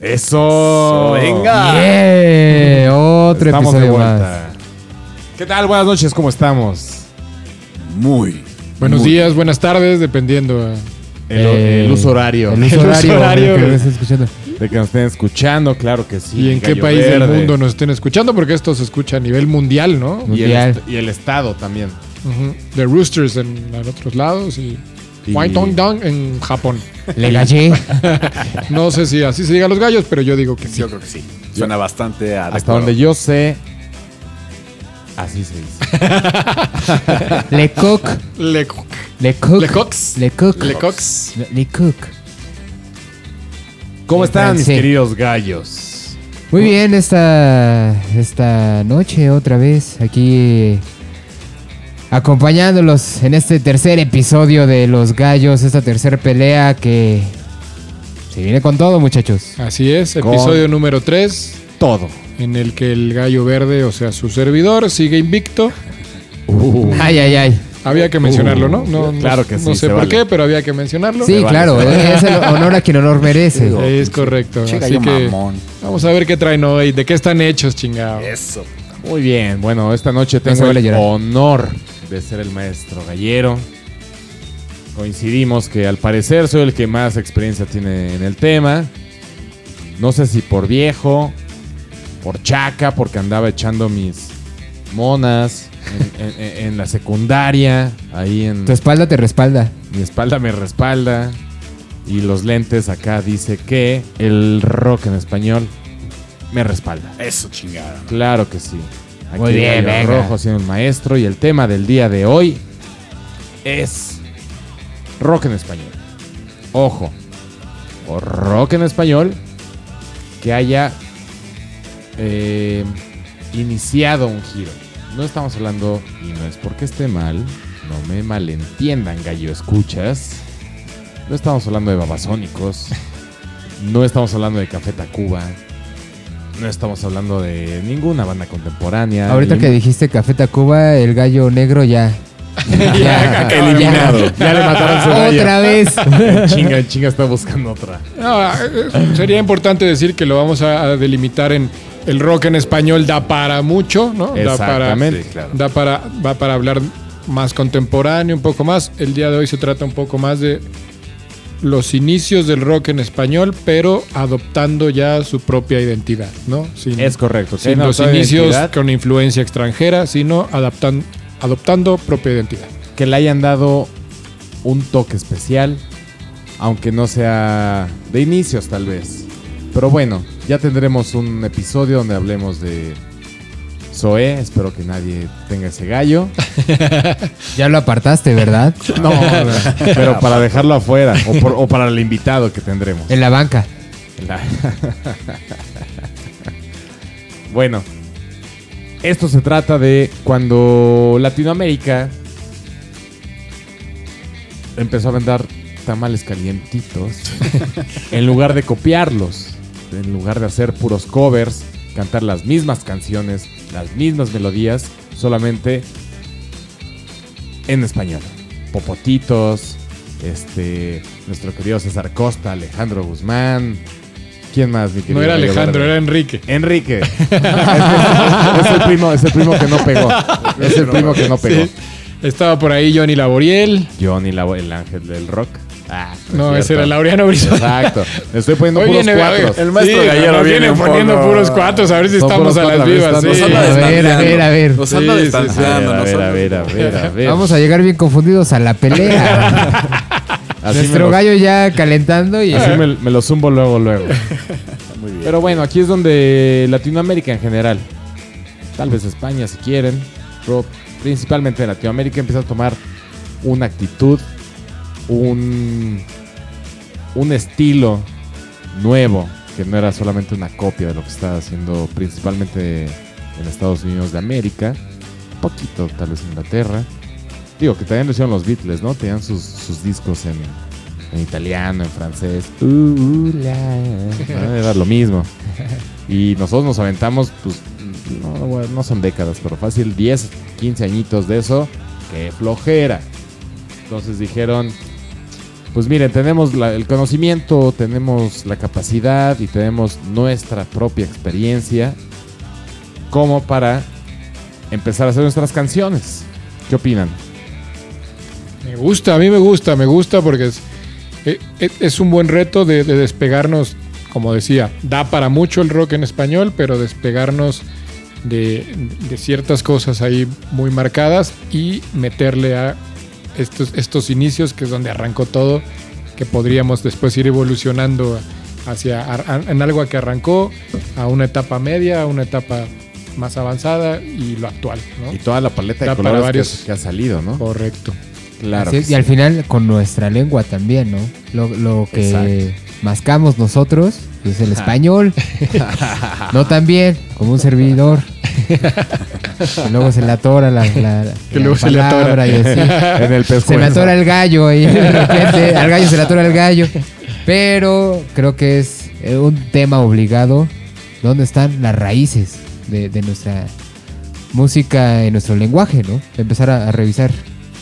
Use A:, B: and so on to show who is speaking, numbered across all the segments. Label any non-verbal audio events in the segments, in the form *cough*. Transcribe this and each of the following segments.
A: Eso.
B: Venga.
A: Yeah. Otro
B: Estamos de
A: episodio más.
B: vuelta. ¿Qué tal? Buenas noches, ¿cómo estamos?
C: Muy.
D: Buenos
C: muy-
D: días, buenas tardes, dependiendo. eh.
B: El,
A: Eh,
B: el uso horario.
A: El uso horario.
D: horario.
A: de que nos estés escuchando.
B: De que nos estén escuchando, claro que sí.
D: Y en qué
B: Gallo
D: país del
B: Verde.
D: mundo nos estén escuchando, porque esto se escucha a nivel mundial, ¿no?
B: Y el,
A: Mundial.
B: est- y el Estado también.
D: Ujú. De Roosters en, en otros lados y,
B: Y-
D: White Dong en Japón.
A: Le gaché.
D: No sé si así se diga a los gallos, pero yo digo que sí.
C: Yo creo que sí. Suena bastante a.
B: Hasta donde yo sé. Así se dice.
A: Le cook.
D: Le,
A: Le cook.
D: Le cox.
A: Le cook.
D: Le Cox.
A: Le- Le cook.
B: ¿Cómo están, mis
A: Sí.
B: queridos gallos?
A: Muy bien, esta, esta noche otra vez aquí acompañándolos en este tercer episodio de Los Gallos, esta tercera pelea que se viene con todo muchachos.
D: Así es,
B: Con-
D: episodio número 3,
B: Todo.
D: en el que el gallo verde, o sea, su servidor, sigue invicto.
A: Ay, ay, ay.
D: Había que mencionarlo, ¿no? No, no-
B: Uh, Claro que sí,
D: No sé
B: se
D: por
B: vale.
D: qué, pero había que mencionarlo.
A: Sí,
B: vale.
A: claro, eh, es el honor a quien honor merece.
C: Sí,
D: Es correcto.
C: Che,
D: Así
C: gallo
D: que
C: mamón.
D: vamos a ver qué traen hoy, de qué están hechos, chingado.
B: Eh.
C: Eso.
B: Muy bien, bueno, esta noche
A: se
B: tengo
A: vale
B: el
A: llorar.
B: honor de ser el maestro gallero. Coincidimos que al parecer soy el que más experiencia tiene en el tema. No sé si por viejo, por chaca, porque andaba echando mis monas en, en- en- en la secundaria, ahí en
A: Tu espalda te respalda.
B: mi espalda me respalda. Y los lentes acá dice que el rock en español me respalda.
C: Eso, chingada.
B: Claro que sí. Aquí
A: Muy
B: el
A: bien,
B: Gallo
A: venga.
B: Rojo siendo el maestro y el tema del día de hoy es rock en español. Ojo, o rock en español que haya eh, iniciado un giro. No estamos hablando, y no es porque esté mal, no me malentiendan, gallo escuchas. No estamos hablando de babasónicos, no estamos hablando de Café Tacuba, no estamos hablando de ninguna banda contemporánea.
A: Ahorita
B: ni-
A: que dijiste Café Tacuba, el gallo negro
B: *laughs*
A: ya. ya,
C: eliminado.
B: Ya le mataron su gallo. *laughs*
A: Otra vez.
B: En chinga, en chinga está buscando otra.
D: No, eh, sería importante decir que lo vamos a a delimitar en el rock en español da para mucho, ¿no? Da para,
B: Exactamente.
C: Sí, claro.
D: da para, va para hablar más contemporáneo, un poco más. El día de hoy se trata un poco más de los inicios del rock en español, pero adoptando ya su propia identidad, ¿no? Sin,
B: Es correcto.
D: sin
B: Tiene
D: los
B: otra
D: inicios
B: identidad
D: con influencia extranjera, sino adaptan- adoptando propia identidad.
B: que le hayan dado un toque especial, aunque no sea de inicios tal vez. Pero bueno, ya tendremos un episodio donde hablemos de Zoé. Espero que nadie tenga ese gallo.
A: Ya lo apartaste, ¿verdad?
B: No, pero para dejarlo afuera o, por- o para el invitado que tendremos.
A: En la banca.
B: La- bueno, esto se trata de cuando Latinoamérica empezó a vender tamales
D: *laughs*
B: calientitos en lugar de copiarlos, en lugar de hacer puros covers, cantar las mismas canciones, las mismas melodías, solamente en español. Popotitos, este, nuestro querido César Costa, Alejandro Guzmán. ¿Quién más, mi querido?
D: No era
B: Gallo
D: Alejandro,
B: Verde?
D: era Enrique.
A: *laughs*
B: Enrique. es, es el primo, es el primo que no
A: *laughs*
B: pegó. Es el primo que no pegó.
D: Sí. Estaba por ahí Johnny Laboriel.
B: Johnny, la- el ángel del rock. Ah,
D: No,
B: es
D: ese
B: cierto.
D: era Laureano Brizola.
B: Exacto. Le estoy poniendo
D: *laughs* Hoy
B: puros
D: viene,
B: cuatro.
D: oye,
C: El maestro Gallero
D: nos
C: viene en
D: poniendo
C: fondo.
D: puros cuatros, a ver si
B: Son
D: estamos
B: puros
D: a las
B: cuatros,
D: vivas.
B: estamos
D: sí.
C: Nos anda
A: a ver, a ver, a ver.
C: distanciando. Nos anda
D: Sí, sí, sí.
B: A ver,
C: distanciando.
B: a
C: nos
B: ver,
C: anda
B: a ver, a ver, a ver.
A: Vamos a llegar bien confundidos a la pelea.
B: *laughs* Así me
A: Nuestro
B: los-
A: gallo ya calentando y
B: Así me, me lo zumbo luego, luego.
C: *laughs* Muy bien.
B: Pero bueno, aquí es donde Latinoamérica en general, tal vez España si quieren, pero principalmente Latinoamérica empieza a tomar una actitud, un, un estilo nuevo, que no era solamente una copia de lo que estaba haciendo principalmente en Estados Unidos de América, un poquito tal vez Inglaterra. Digo, que también lo hicieron los Beatles, ¿no? Tenían sus, sus discos en, en italiano, en francés. Uh, la, ¿no? Era lo mismo. Y nosotros nos aventamos, pues, no, bueno, no son décadas, pero fácil, 10, 15 añitos de eso. ¡Qué flojera! Entonces dijeron, Pues miren, tenemos la- el conocimiento, tenemos la capacidad y tenemos nuestra propia experiencia como para empezar a hacer nuestras canciones. ¿Qué opinan?
D: Me gusta, a mí me gusta, me gusta porque es, eh, eh, es un buen reto de, de despegarnos, como decía, da para mucho el rock en español, pero despegarnos de, de ciertas cosas ahí muy marcadas y meterle a estos, estos inicios, que es donde arrancó todo, que podríamos después ir evolucionando hacia ar- a- en algo que arrancó, a una etapa media, a una etapa más avanzada y lo actual, ¿no?
B: Y toda la paleta de
D: Da para
B: colores que-
D: varios.
B: que, ha salido, ¿no?
D: Correcto.
B: Claro.
A: Sí,
B: que sí.
A: y al final con nuestra lengua también, ¿no? Lo, lo que mascamos nosotros es
B: *laughs*
A: el español. no tan bien, como un servidor. que luego se le atora la, la-
D: Que
A: la
D: luego se le atora.
A: palabra y *laughs* así.
B: *laughs* en el pescuezo.
A: Se me atora el gallo y *laughs* de repente al gallo se le atora el gallo. Pero creo que es eh, un tema obligado. ¿Dónde están las raíces de, de nuestra música y nuestro lenguaje, no? Empezar a, a revisar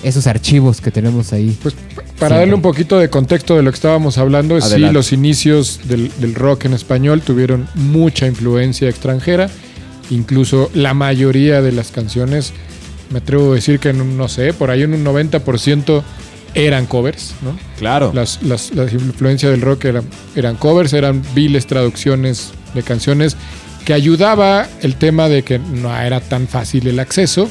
A: esos archivos que tenemos ahí.
D: Pues p- para darle un poquito de contexto de lo que estábamos hablando, sí,
B: Adelante.
D: los inicios del, del rock en español tuvieron mucha influencia extranjera, incluso la mayoría de las canciones, me atrevo a decir que en un- no sé, por ahí en un 90% eran covers, ¿no?
B: Claro.
D: Las, las, las influencias del rock eran, eran covers, eran viles traducciones de canciones que ayudaba el tema de que no era tan fácil el acceso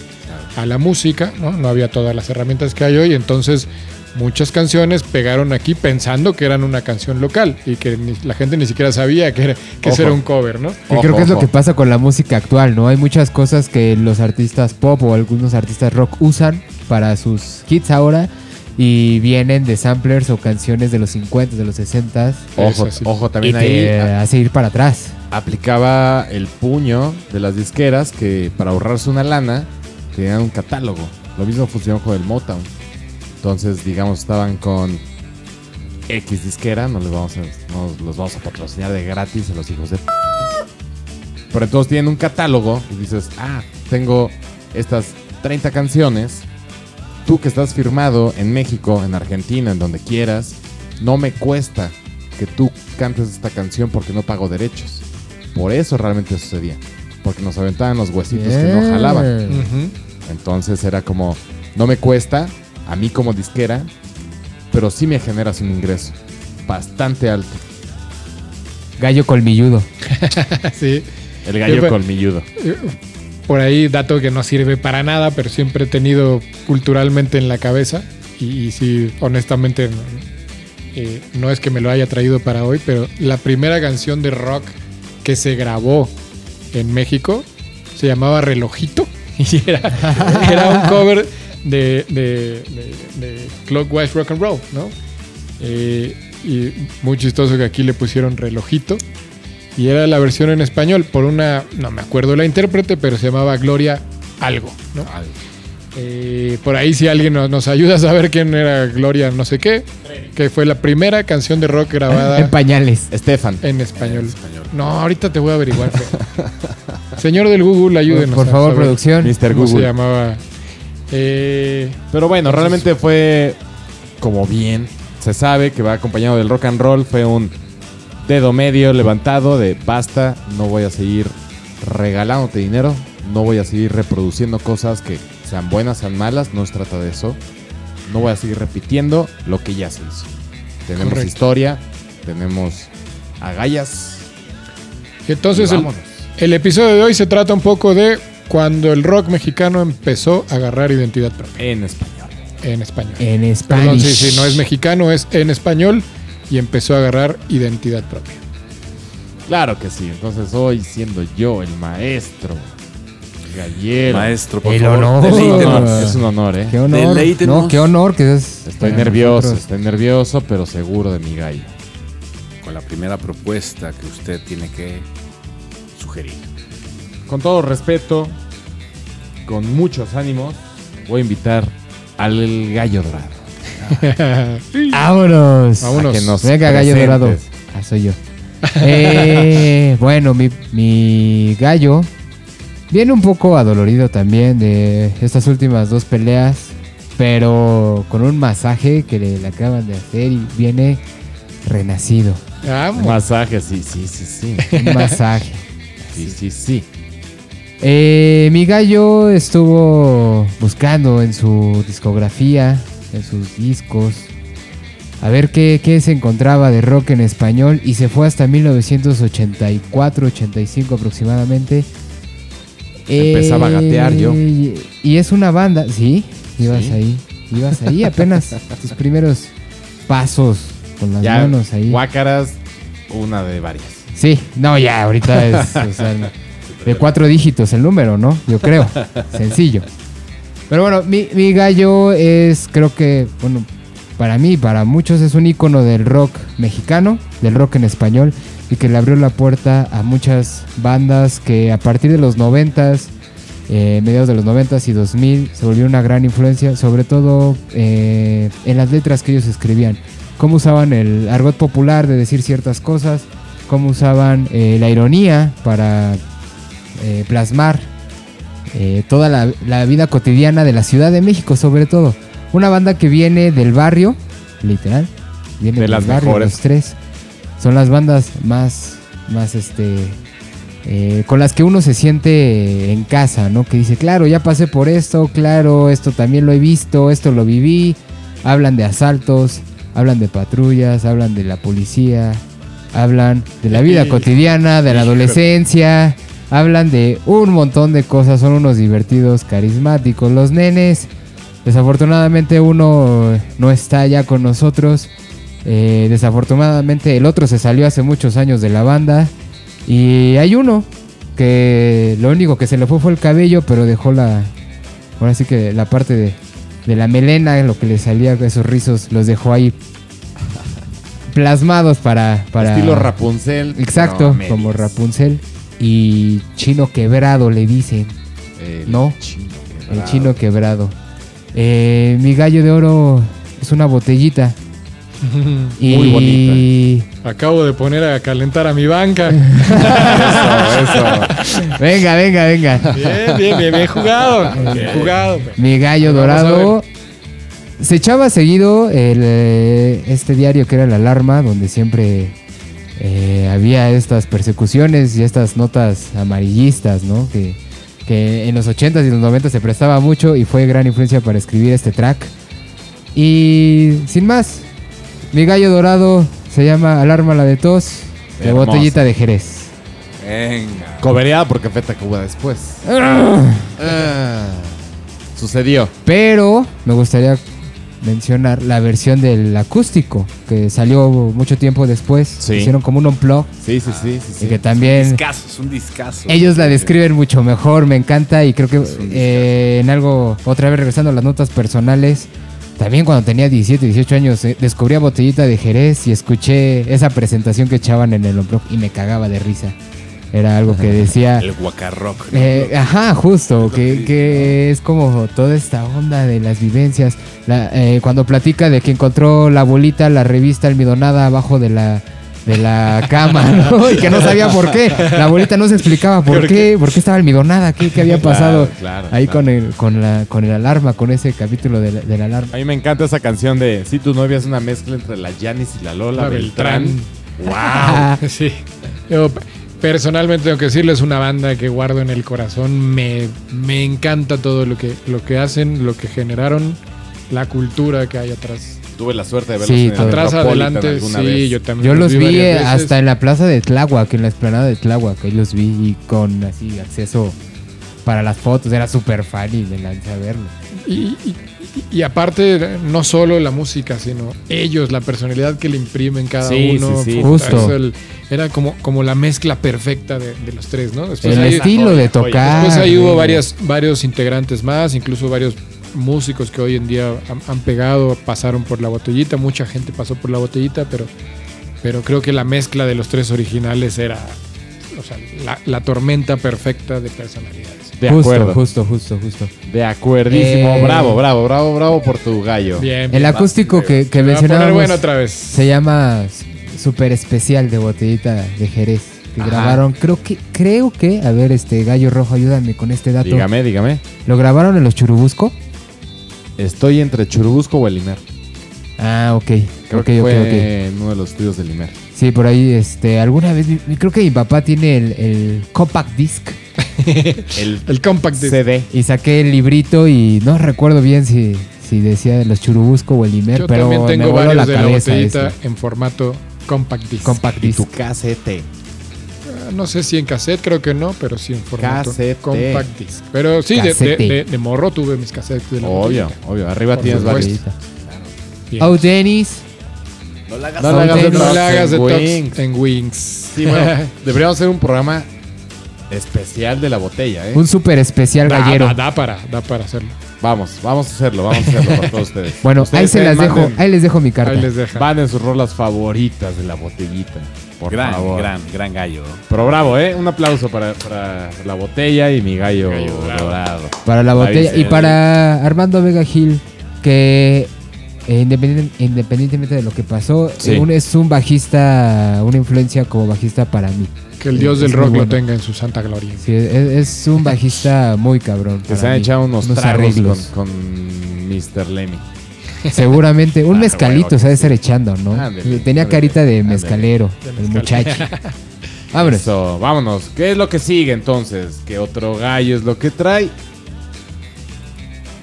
D: a la música, ¿no? no había todas las herramientas que hay hoy, entonces muchas canciones pegaron aquí pensando que eran una canción local y que ni- la gente ni siquiera sabía que, era, que
B: Ojo.
D: eso era un cover, ¿no?
A: Que
B: Ojo,
A: creo que es lo
B: ojo.
A: que pasa con la música actual, ¿no? Hay muchas cosas que los artistas pop o algunos artistas rock usan para sus hits ahora y vienen de samplers o canciones de los 50, de los 60
B: Ojo,
D: Es así.
B: ojo
A: y
B: también ahí.
A: te hace ir para atrás.
B: aplicaba el puño de las disqueras que para ahorrarse una lana tenían un catálogo. Lo mismo funcionó con el Motown. Entonces, digamos, estaban con X disquera, no les vamos a, no los vamos a patrocinar de gratis a los hijos de... p- Pero entonces tienen un catálogo y dices, ah, tengo estas 30 canciones. Tú que estás firmado en México, en Argentina, en donde quieras, no me cuesta que tú cantes esta canción porque no pago derechos. Por eso realmente sucedía. Porque nos aventaban los huesitos que no
A: Bien.
B: jalaban.
D: Ujú. *laughs*
B: Entonces era como, no me cuesta, a mí como disquera, pero sí me generas un ingreso bastante alto.
A: Gallo colmilludo.
D: sí.
B: El
D: gallo
B: gallo colmilludo.
D: por ahí dato que no sirve para nada, pero siempre he tenido culturalmente en la cabeza. Y, y sí, honestamente, no, eh, no es que me lo haya traído para hoy, pero la primera canción de rock que se grabó en México se llamaba Relojito. *laughs* Y era, era un cover de, de- de- de Clockwise Rock and Roll, ¿no? Eh, y muy chistoso que aquí le pusieron Relojito. Y era la versión en español por una, no me acuerdo la intérprete, pero se llamaba Gloria Algo. ¿no? Eh, por ahí si alguien nos, nos ayuda a saber quién era Gloria no sé qué, que fue la primera canción de
A: En *laughs*
D: rock grabada
A: pañales.
B: Estefan.
D: en español.
C: Español.
D: No, ahorita te voy a averiguar. pero- Señor del Google, ayúdenos.
A: Por
D: a
A: favor,
D: saber
A: producción.
B: Mr.
D: ¿Cómo se
B: Google.
D: llamaba? Eh,
B: Pero bueno, realmente fue como bien. Se sabe que va acompañado del rock and roll. Fue un dedo medio levantado de basta, no voy a seguir regalándote dinero. No voy a seguir reproduciendo cosas que sean buenas, sean malas. No se trata de eso. No voy a seguir repitiendo lo que ya se hizo. Tenemos
D: Correcto.
B: historia, tenemos agallas.
D: entonces,
B: y
D: el,
B: vámonos.
D: el episodio de hoy se trata un poco de cuando el rock mexicano empezó a agarrar identidad propia
B: en español.
D: en español.
A: En español.
D: Perdón, sí, sí, no es mexicano, es en español y empezó a agarrar identidad propia.
B: Claro que sí. Entonces hoy siendo yo el maestro. Gallero.
C: Maestro, por
A: El
C: favor,
A: honor.
B: *laughs*
C: deleítenos.
B: Es un honor, ¿eh?
A: Qué honor.
C: Deleítenos.
A: No, qué honor que es.
B: Estoy
A: para
B: nervioso,
A: nosotros.
B: estoy nervioso, pero seguro de mi gallo.
C: Con la primera propuesta que usted tiene que sugerir.
B: Con todo respeto, con muchos ánimos, voy a invitar al gallo dorado.
A: Vámonos.
D: Vámonos.
B: A que nos
A: Venga, gallo
B: presentes.
A: dorado. Ah, soy yo. Eh, *laughs* bueno, mi, mi gallo viene un poco adolorido también de estas últimas dos peleas pero con un masaje que le, le acaban de hacer y viene renacido. Oh.
D: Vamos.
B: Masaje, sí, sí, sí, sí.
A: *laughs*
B: *laughs*
A: Un masaje.
B: Sí, sí, sí.
A: Eh, mi gallo estuvo buscando en su discografía, en sus discos, a ver qué, qué se encontraba de rock en español y se fue hasta 1984-85 aproximadamente. Eh,
B: Empezaba a gatear yo.
A: Y y es una banda, sí, ibas
B: Sí.
A: ahí, ibas
B: *laughs*
A: ahí apenas tus primeros pasos con las
B: Ya,
A: manos ahí.
B: guácaras, una de varias.
A: Sí, no, ya, ahorita es o sea, de cuatro dígitos el número, ¿no? Yo creo, sencillo. Pero bueno, mi, mi gallo es, creo que, bueno, para mí, para muchos es un ícono del rock mexicano, del rock en español, y que le abrió la puerta a muchas bandas que a partir de los noventas, eh, mediados de los noventas y 2000, se volvió una gran influencia, sobre todo eh, en las letras que ellos escribían. Cómo usaban el argot popular de decir ciertas cosas, cómo usaban eh, la ironía para eh, plasmar eh, toda la, la vida cotidiana de la Ciudad de México, sobre todo. Una banda que viene del barrio, literal. Viene
B: De
A: del
B: las
A: barrio,
B: mejores.
A: Los tres. Son las bandas más, más este, eh, con las que uno se siente en casa, ¿no? Que dice, claro, ya pasé por esto, claro, esto también lo he visto, esto lo viví. Hablan de asaltos, hablan de patrullas, hablan de la policía, hablan de la vida
D: Y-
A: cotidiana, de la
D: Híjole.
A: adolescencia, hablan de un montón de cosas, son unos divertidos, carismáticos los nenes. Desafortunadamente uno no está ya con nosotros. Eh, desafortunadamente el otro se salió hace muchos años de la banda. Y hay uno que lo único que se le fue fue el cabello, pero dejó la. Ahora sí que la parte de, de la melena, lo que le salía, esos rizos, los
B: *laughs*
A: dejó ahí plasmados para. para
B: Estilo Rapunzel.
A: Exacto,
B: No,
A: como
B: medias.
A: Rapunzel. Y chino quebrado le dicen.
B: El
A: No.
B: chino
A: El
B: quebrado.
A: chino quebrado. Eh, mi gallo de oro es una botellita. Y
B: *laughs* Muy
D: Acabo de poner a calentar a
A: *laughs*
D: mi banca.
B: Eso, eso.
A: Venga, venga,
B: *laughs*
A: venga.
D: Bien, bien, bien, bien jugado. Bien jugado.
A: Mi gallo
D: Vamos a
A: dorado. Se echaba seguido el, eh, este diario que era La Alarma, donde siempre eh, había estas persecuciones y estas notas amarillistas, ¿no? Que, que en los 80s y los 90s se prestaba mucho y fue gran influencia para escribir este track. Y sin más, mi gallo dorado se llama Alarma la de tos, de
B: Hermoso.
A: botellita de Jerez.
C: Venga.
B: Cobereada por Café Tacuba después. Ah, Sucedió.
A: Pero me gustaría mencionar la versión del acústico que salió mucho tiempo después.
B: Sí.
A: Hicieron como un unplug
B: Sí, sí, sí, sí.
A: Ah. y que
B: sí.
C: Es un
A: también
C: discazo, es un discazo.
A: ellos la describen mucho mejor. Me encanta y creo que
C: un
A: eh, en algo otra vez regresando a las notas personales. También cuando tenía 17, 18 años eh, descubrí a Botellita de Jerez y escuché esa presentación que echaban en el unplug y me cagaba de risa. Era algo que decía.
C: El guacarrock. ¿no?
A: Eh, ajá, justo,
C: que
A: que,
C: dice,
A: que es como toda esta onda de las vivencias. La, eh, cuando platica de que encontró la bolita, la revista almidonada abajo de la de la cama, ¿no? Y que no sabía por qué. La bolita no se explicaba por
D: Creo
A: qué, por qué estaba almidonada, qué, qué había
B: Claro,
A: pasado
B: claro,
A: ahí
B: claro.
A: con el con la con el alarma, con ese capítulo de la, de la alarma.
B: A mí me encanta esa canción de Si tu novia es una mezcla entre la Janis y la Lola
D: La
B: Beltrán.
D: Beltrán.
A: *laughs*
B: ¡Wow!
A: Ah,
D: *laughs* Sí. Yo personalmente tengo que decirles una banda que guardo en el corazón. Me, me encanta todo lo que, lo que hacen, lo que generaron, la cultura que hay atrás.
B: Tuve la suerte de verlos
A: Sí,
B: en el
A: todo.
D: Atrás,
B: Metropolitan
D: adelante,
B: alguna
D: sí,
B: vez.
D: yo también.
A: Yo los vi eh,
D: varias veces.
A: hasta en la plaza de Tláhuac, en la explanada de Tláhuac, ahí los vi y con así acceso para las fotos, era súper fan y me lancé a verlo.
D: Y, y- y- y aparte, no solo la música, sino ellos, la personalidad que le imprimen cada
B: Sí,
D: uno.
B: sí, sí.
D: Puta,
A: Justo.
D: es el- era como, como la mezcla perfecta de, de los tres, ¿no? Después
A: el
D: hay-
A: estilo
B: joya,
A: de
B: joya.
A: tocar.
D: Después pues ahí hubo
A: güey.
D: varias, varios integrantes más, incluso varios músicos que hoy en día han, han pegado, pasaron por la botellita, mucha gente pasó por la botellita, pero, pero creo que la mezcla de los tres originales era o sea, la, la tormenta perfecta de personalidades.
B: De
A: justo,
B: acuerdo.
A: justo, justo, justo.
B: De acuerdísimo.
A: Eh.
B: Bravo, bravo, bravo, bravo por tu gallo.
D: Bien,
A: El acústico que, que
D: me va a poner
A: mencionábamos
D: bueno otra vez.
A: se llama Super Especial de Botellita de Jerez. Que
B: Ajá.
A: grabaron, creo que, creo que, a ver, este Gallo Rojo, ayúdame con este dato.
B: Dígame, dígame.
A: Lo grabaron en los Churubusco.
B: Estoy entre Churubusco o el Imer.
A: Ah, ok.
B: Creo
A: ok,
B: que
A: ok,
B: fue
A: ok.
B: en uno de los estudios del Imer.
A: Sí, por ahí, este, alguna vez, mi- mi- creo que mi papá tiene el, el compact disc
B: El
D: El compact disc.
B: CD.
A: y saqué el librito y no recuerdo bien si, si decía de los Churubusco o el Imer,
D: Yo
A: pero
D: también
A: me
D: tengo
A: voló
D: varios
A: la
D: de la
A: cabeza
D: botellita
A: ese.
D: en formato compact disc.
A: Compact
B: Y
A: disc.
B: tu casete.
D: Ah, no sé si en cassette, creo que no, pero sí en formato
B: Casete.
D: compact disc. Pero sí, de, de-
A: Casete.
D: de- de morro tuve mis cassettes de la
B: Obvio,
D: botellita.
B: obvio. Arriba
D: Por
B: tienes varios.
A: Botellita.
D: Bien.
A: Oh, Dennis.
B: No
A: le hagas de
D: No
A: Tox
D: le hagas de
B: Pues en
D: Tox
B: Wings.
D: en Wings.
B: Sí, bueno, deberíamos hacer un programa especial de la botella, ¿eh?
A: Un súper especial
D: Da,
A: gallero.
D: da- da para, da para hacerlo.
B: Vamos, vamos a hacerlo, vamos a hacerlo para todos ustedes.
A: Bueno, ahí
B: Ustedes
A: se las
B: manden-
A: dejo, ahí les dejo mi carta.
D: Ahí les deja.
B: Van en sus rolas favoritas de la botellita. Por
C: gran,
B: favor.
C: gran, gran gallo.
B: Pero bravo, ¿eh? Un aplauso para, para la botella y mi gallo,
D: Gallo dorado.
B: dorado.
A: Para la
B: Ahí
A: botella.
B: se
A: Y
B: ve.
A: para Armando Vega Gil, que eh, independen- independientemente de lo que pasó,
B: Sí.
A: eh, un- es un bajista, una influencia como bajista para mí.
D: Que el
A: Sí,
D: dios
A: es
D: del
A: muy
D: rock lo
A: bueno.
D: tenga en su santa gloria.
A: Sí, es, es un bajista muy cabrón.
B: Que
A: para
B: se han
A: mí.
B: echado unos, tragos
A: arreglos.
B: con, con Mr. Lemmy.
A: *laughs* Seguramente. Un
B: Ah,
A: mezcalito
B: huevo
A: se ha de
B: que
A: estar
B: sí.
A: echando, ¿no?
B: Ándele,
A: Tenía
B: ándele,
A: carita de
B: ándele.
A: mezcalero, el muchacho.
B: *laughs*
A: *laughs* Abre.
B: Eso, vámonos. ¿Qué es lo que sigue entonces? ¿Qué otro gallo es lo que trae?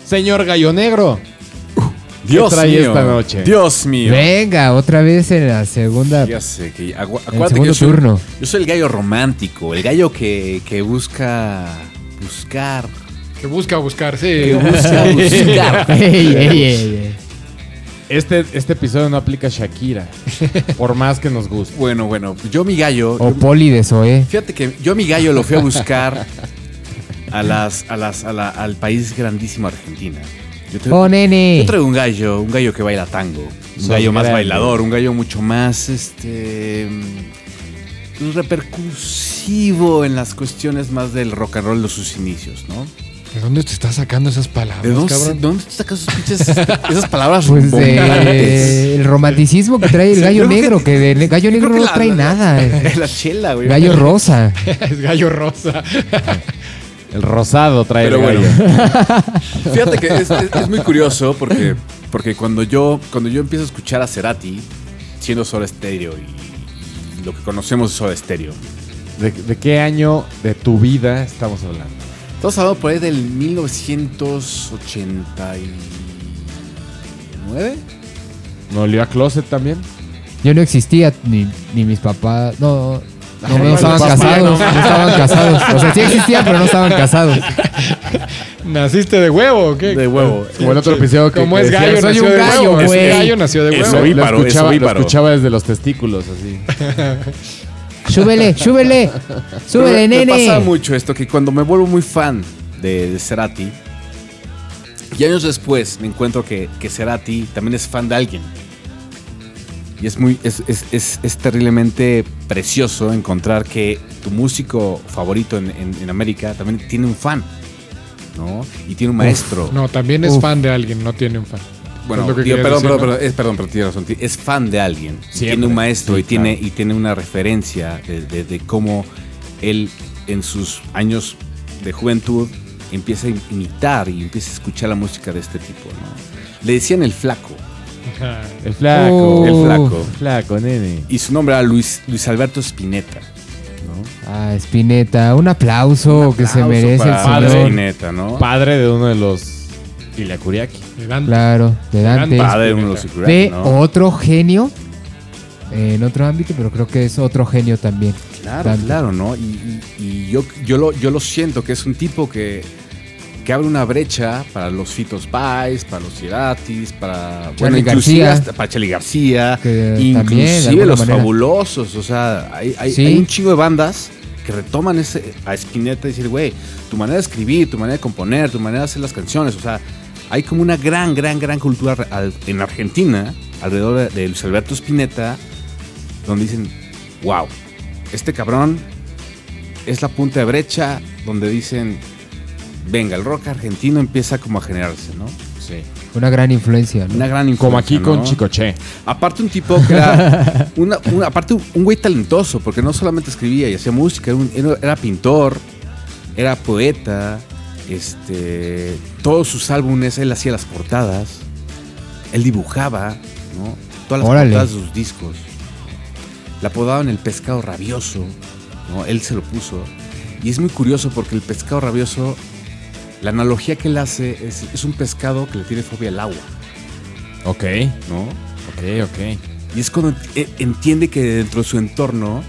B: Señor Gallo Negro.
C: Dios
B: trae
C: mío.
B: esta noche?
C: Dios mío.
A: Venga, otra vez en la segunda. *laughs*
C: Ya sé que agu-
A: En el
C: acuérdate que
A: segundo
C: yo soy,
A: turno.
C: yo soy el gallo romántico, el gallo que, que busca buscar,
D: Que busca buscar, sí.
A: *laughs*
C: que busca buscar.
A: Ey,
B: *laughs*
A: ey, ey, ey.
B: Este, este episodio no aplica Shakira. por más que nos guste.
C: Bueno, bueno, yo mi gallo,
A: O ¿eh?
C: yo-
A: Poli de Zoé.
C: fíjate que yo mi gallo lo fui a buscar a las, a las, a la- al país grandísimo Argentina. Yo te-
A: Oh, nene.
C: Yo traigo un gallo, un gallo que baila tango, un
B: Sos
C: gallo más
B: grande.
C: bailador, un gallo mucho más este mm, repercusivo en las cuestiones más del rock and roll de sus inicios, ¿no?
D: ¿De dónde te estás sacando esas palabras,
C: ¿De dónde,
D: cabrón? *laughs*
C: ¿de dónde sacas esas pinches- esas palabras
A: Pues
C: rimbombantes?
A: de el romanticismo que trae el
C: Sí,
A: gallo
C: yo creo que-
A: negro, que, de gallo
C: yo creo
A: negro
C: que
A: no
C: la-
A: trae
C: la-
A: nada. eh.
C: La chela, güey.
A: Gallo rosa.
D: es gallo rosa.
B: El rosado trae
C: Pero
B: el
C: bueno.
B: gallo.
C: *laughs* Fíjate que es, es- es muy curioso porque, porque cuando, yo, cuando yo empiezo a escuchar a Cerati, siendo solo estéreo y, y lo que conocemos es solo estéreo.
B: ¿De, de qué año de tu vida estamos hablando?
C: Estamos hablando por ahí del 1989.
B: ¿No olió a Closet también?
A: Yo no existía, ni, ni mis papás. No, no, no,
B: Los
A: estaban
B: papás,
A: casados.
B: no.
A: No estaban casados. O sea, sí existían, pero no estaban casados.
D: ¿Naciste de huevo o qué?
C: De huevo.
B: Como el otro episodio que
D: Como es
B: que decía,
D: gallo,
A: soy
D: nació
A: un
D: de
A: gallo,
D: huevo.
A: güey.
D: Es gallo, nació de
C: Es
D: huevo.
B: Lo
C: oí- ovíparo, es
B: escuchaba, lo
C: ovíparo.
B: escuchaba desde los testículos, así.
A: Súbele, súbele. Súbele,
C: me, me pasa
A: nene.
C: mucho esto, que cuando me vuelvo muy fan de, de Cerati, y años después me encuentro que, que Cerati también es fan de alguien. Y es muy, es, es- es- es terriblemente precioso encontrar que tu músico favorito en, en- en América también tiene un fan, ¿no? Y tiene un maestro.
D: No, también es
A: Uf.
D: fan de alguien, no tiene un fan. *laughs*
C: Bueno,
D: Es lo que
C: digo,
D: querías
C: perdón,
D: decir,
C: perdón,
D: ¿no?
C: perdón, es, perdón, pero tiene razón. ti- Es fan de alguien. y
B: Siempre.
C: Tiene un maestro
B: Sí,
C: y, tiene,
B: claro.
C: y tiene una referencia de, de- de cómo él en sus años de juventud empieza a imitar y empieza a escuchar la música de este tipo. ¿no? Le decían el flaco.
D: Ajá.
B: El flaco.
A: Oh.
C: El flaco.
B: El flaco, nene.
C: Y su nombre era Luis, Luis Alberto Spinetta. ¿no?
A: Ah, Spinetta, un aplauso que se
C: Aplauso
A: merece el
C: para
B: padre.
A: señor.
C: Spinetta, ¿no?
B: Padre de uno de los Iliacuriaki.
D: Le dan-
A: Claro, de Dante.
C: Padre de uno de los
A: De
C: Ikuraki, ¿no?
A: otro genio. En otro ámbito, pero creo que es otro genio también.
C: Claro,
A: Dante.
C: claro, ¿no? Y, y- y yo, yo, lo, yo lo siento, que es un tipo que, que abre una brecha para los Fitos Pais, para los Ciratis, para...
A: Charly
C: inclusive
A: García.
C: hasta para Charlie García,
A: Que también, de
C: inclusive
A: alguna
C: los
A: manera.
C: fabulosos, o sea, hay, hay-
A: Sí.
C: hay un chingo de bandas que retoman ese, a Spinetta y decir, güey, tu manera de escribir, tu manera de componer, tu manera de hacer las canciones, o sea, hay como una gran, gran, gran cultura re- al- en Argentina alrededor de, de Luis Alberto Spinetta, donde dicen, wow, este cabrón es la punta de brecha donde dicen, venga, el rock argentino empieza como a generarse, ¿no?
B: Sí.
A: Una gran influencia, ¿no?
C: Una gran influencia.
B: Como aquí con
C: ¿no?
B: Chicoche.
C: Aparte un tipo que era, una, una- aparte un güey talentoso, porque no solamente escribía y hacía música, era, un- era- era pintor, era poeta, Este, todos sus álbumes, él hacía las portadas, él dibujaba, ¿no? Todas las
A: Órale.
C: portadas de sus discos. La apodaban el pescado rabioso, ¿no? Él se lo puso. Y es muy curioso porque el pescado rabioso, la analogía que él hace es, es un pescado que le tiene fobia al agua,
B: Ok,
C: ¿no?
B: ok, ok.
C: Y es cuando ent- eh, entiende que dentro de su entorno,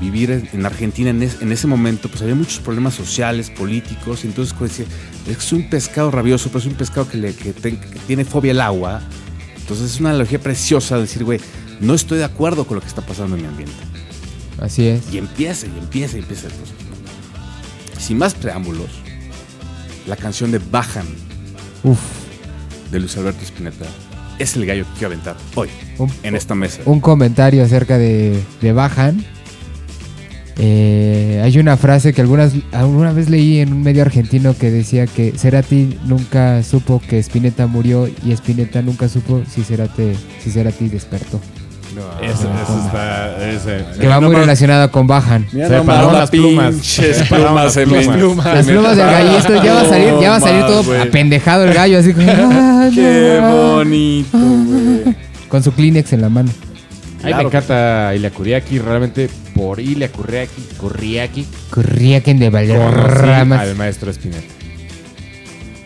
C: vivir en en Argentina en, es- en ese momento, pues había muchos problemas sociales, políticos. y entonces, pues, decía, es un pescado rabioso, pero es un pescado que, le, que te- que tiene fobia al agua. Entonces, es una analogía preciosa de decir, güey, no estoy de acuerdo con lo que está pasando en mi ambiente.
A: Así es.
C: Y empieza, y empieza, y empieza. pues, ¿no? Sin más preámbulos, la canción de Bajan
A: Uf.
C: de Luis Alberto Spinetta es el gallo que quiero aventar hoy
A: Un,
C: en esta mesa.
A: un comentario acerca de, de Bajan. Eh, hay una frase que algunas, alguna vez leí en un medio argentino que decía que Cerati nunca supo que Spinetta murió y Spinetta nunca supo si Cerati, si Cerati despertó.
B: Eso, eso está. ese-
A: Que va muy relacionada con Bajan.
C: Mira
B: Se
C: nomás
B: pararon
C: la
B: las plumas.
C: pinches
B: Se pararon
C: plumas,
B: las
C: eh, men.
B: plumas.
A: Las plumas del gallito ya va a salir, ya va a salir
C: No
A: todo
C: más, güey.
A: apendejado el gallo, así
C: *laughs*
A: como, "Ah,
C: Qué
A: no".
C: bonito, güey.
A: con su Kleenex en la mano.
B: A mí me
C: Claro.
B: encanta Ilya Kuriaki, realmente por Ilya Kuriaki, Kuriaki
A: Kurriaken de
B: conocí
A: Valderramas.
B: al maestro Spinetta.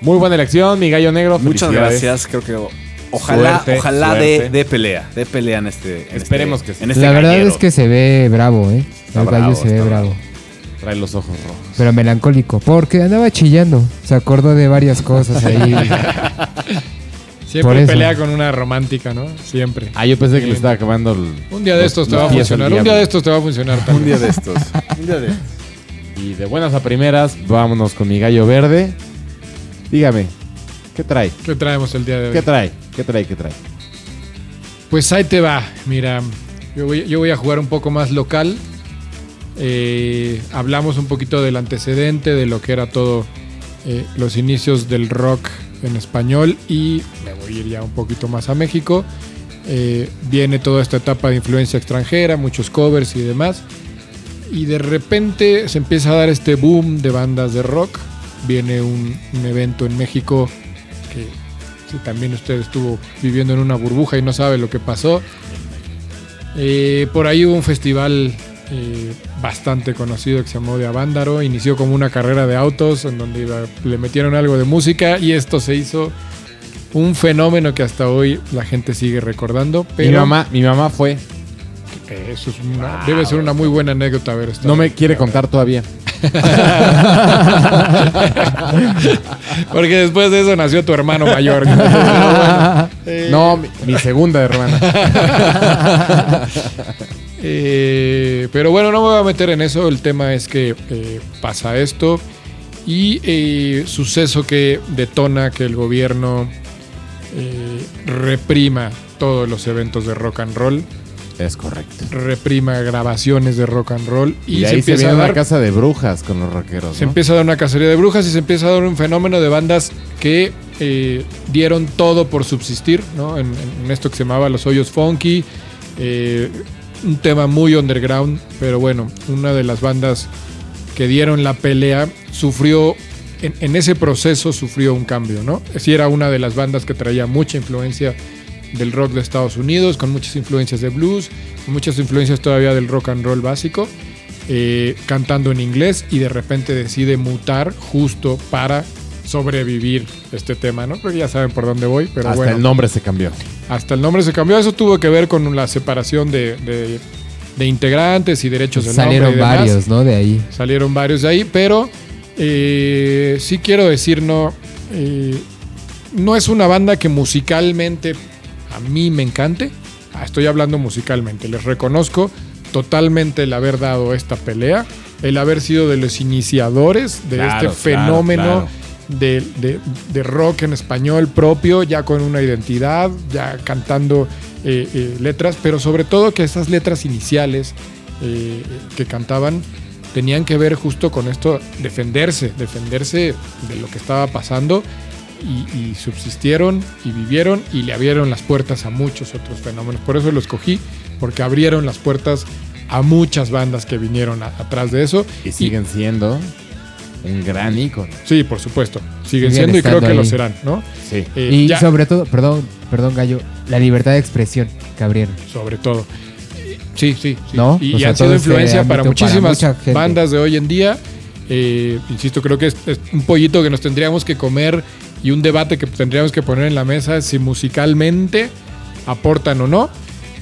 B: Muy buena elección, mi gallo negro.
C: Muchas
B: felicidades.
C: gracias, creo que ojalá,
B: Suerte,
C: ojalá
B: suerte.
C: de, de pelea, de pelea en este. en
B: Esperemos
C: este-
B: que sí.
C: en este
A: La verdad
C: gallero.
A: es que se ve bravo, ¿eh?
C: Está
A: El gallo
C: bravo,
A: se ve
C: está
A: bravo.
B: Trae los ojos rojos.
A: Pero melancólico, porque andaba chillando. Se acordó de varias cosas
D: *laughs*
A: ahí. Por
D: Siempre
A: eso.
D: pelea con una romántica, ¿no? Siempre.
B: Ah, yo pensé que le estaba acabando el.
D: Un día de estos te
B: los
D: va a
B: pies al
D: funcionar. Un
B: diablo.
D: día de estos te va a funcionar. tal
C: Un día
D: vez.
A: *laughs*
C: de estos. Un día de
B: *laughs*
C: estos.
B: Y de buenas a primeras, vámonos con mi gallo verde. Dígame, ¿qué trae?
D: ¿Qué traemos el día de hoy?
B: ¿Qué trae? ¿Qué trae? ¿Qué trae?
D: Pues ahí te va, mira, yo voy, yo voy a jugar un poco más local. Eh, hablamos un poquito del antecedente, de lo que era todo eh, los inicios del rock en español y me voy a ir ya un poquito más a México. Eh, viene toda esta etapa de influencia extranjera, muchos covers y demás. Y de repente se empieza a dar este boom de bandas de rock. Viene un, un evento en México que si también usted estuvo viviendo en una burbuja y no sabe lo que pasó. Eh, por ahí hubo un festival eh, bastante conocido que se llamó de Avándaro. Inició como una carrera de autos en donde iba- le metieron algo de música y esto se hizo un fenómeno que hasta hoy la gente sigue recordando. Pero
B: Mi mamá, mi mamá fue.
D: eh, eso es una- debe ser una muy buena anécdota haber estado.
B: No me quiere contar todavía.
D: *laughs* Porque después de eso nació tu hermano mayor. *laughs*
B: No, mi, mi segunda hermana. *laughs*
D: Eh, pero bueno, no me voy a meter en eso. El tema es que eh, pasa esto. Y eh, suceso que detona que el gobierno eh, reprima todos los eventos de rock and roll,
B: Es correcto.
D: reprima grabaciones de rock and roll
B: Y,
D: y, se
B: ahí se,
D: empieza
B: viene
D: a
B: una
D: dar
B: casa de brujas con los rockeros.
D: Se
B: ¿no?
D: empieza a dar una cacería de brujas y se empieza a dar un fenómeno de bandas que eh, dieron todo por subsistir, ¿no? En, en- en esto que se llamaba Los Hoyos Funky. eh, un tema muy underground, pero bueno, una de las bandas que dieron la pelea sufrió, en, en ese proceso sufrió un cambio, ¿no? Sí era una de las bandas que traía mucha influencia del rock de Estados Unidos, con muchas influencias de blues, con muchas influencias todavía del rock and roll básico eh, cantando en inglés y de repente decide mutar justo para sobrevivir este tema, ¿no? Porque ya saben por dónde voy, pero
B: Hasta
D: bueno.
B: el nombre se cambió.
D: Hasta el nombre se cambió. Eso tuvo que ver con la separación de, de- de integrantes y derechos de nombre.
A: Salieron
D: y demás.
A: varios, ¿no? De ahí.
D: Salieron varios de ahí, pero eh, sí quiero decir, no, eh, no es una banda que musicalmente a mí me encante. Ah, Estoy hablando musicalmente. Les reconozco totalmente el haber dado esta pelea, el haber sido de los iniciadores de
B: Claro,
D: este
B: claro,
D: fenómeno
B: claro.
D: de, de- de rock en español propio, ya con una identidad, ya cantando eh, eh, letras, pero sobre todo que esas letras iniciales eh, que cantaban tenían que ver justo con esto, defenderse, defenderse de lo que estaba pasando y, y subsistieron y vivieron y le abrieron las puertas a muchos otros fenómenos. Por eso los cogí, porque abrieron las puertas a muchas bandas que vinieron a- atrás de eso
B: Y siguen siendo. Un gran ícono.
D: Sí, por supuesto. Siguen
A: Siguen
D: siendo y creo
A: estando
D: que lo
A: ahí.
D: serán, ¿no?
B: Sí.
D: Eh,
A: Y
D: ya, sobre...
A: sobre todo, perdón, perdón Gallo, la libertad de expresión que abrieron.
D: todo. Sí, sí, sí.
A: ¿No?
D: Y,
A: O
D: y
A: sea,
D: han sido
A: todo este
D: influencia para
A: ámbito para
D: muchísimas
A: mucha gente.
D: bandas de hoy en día. Eh, insisto, creo que es, es un pollito que nos tendríamos que comer y un debate que tendríamos que poner en la mesa es si musicalmente aportan o no.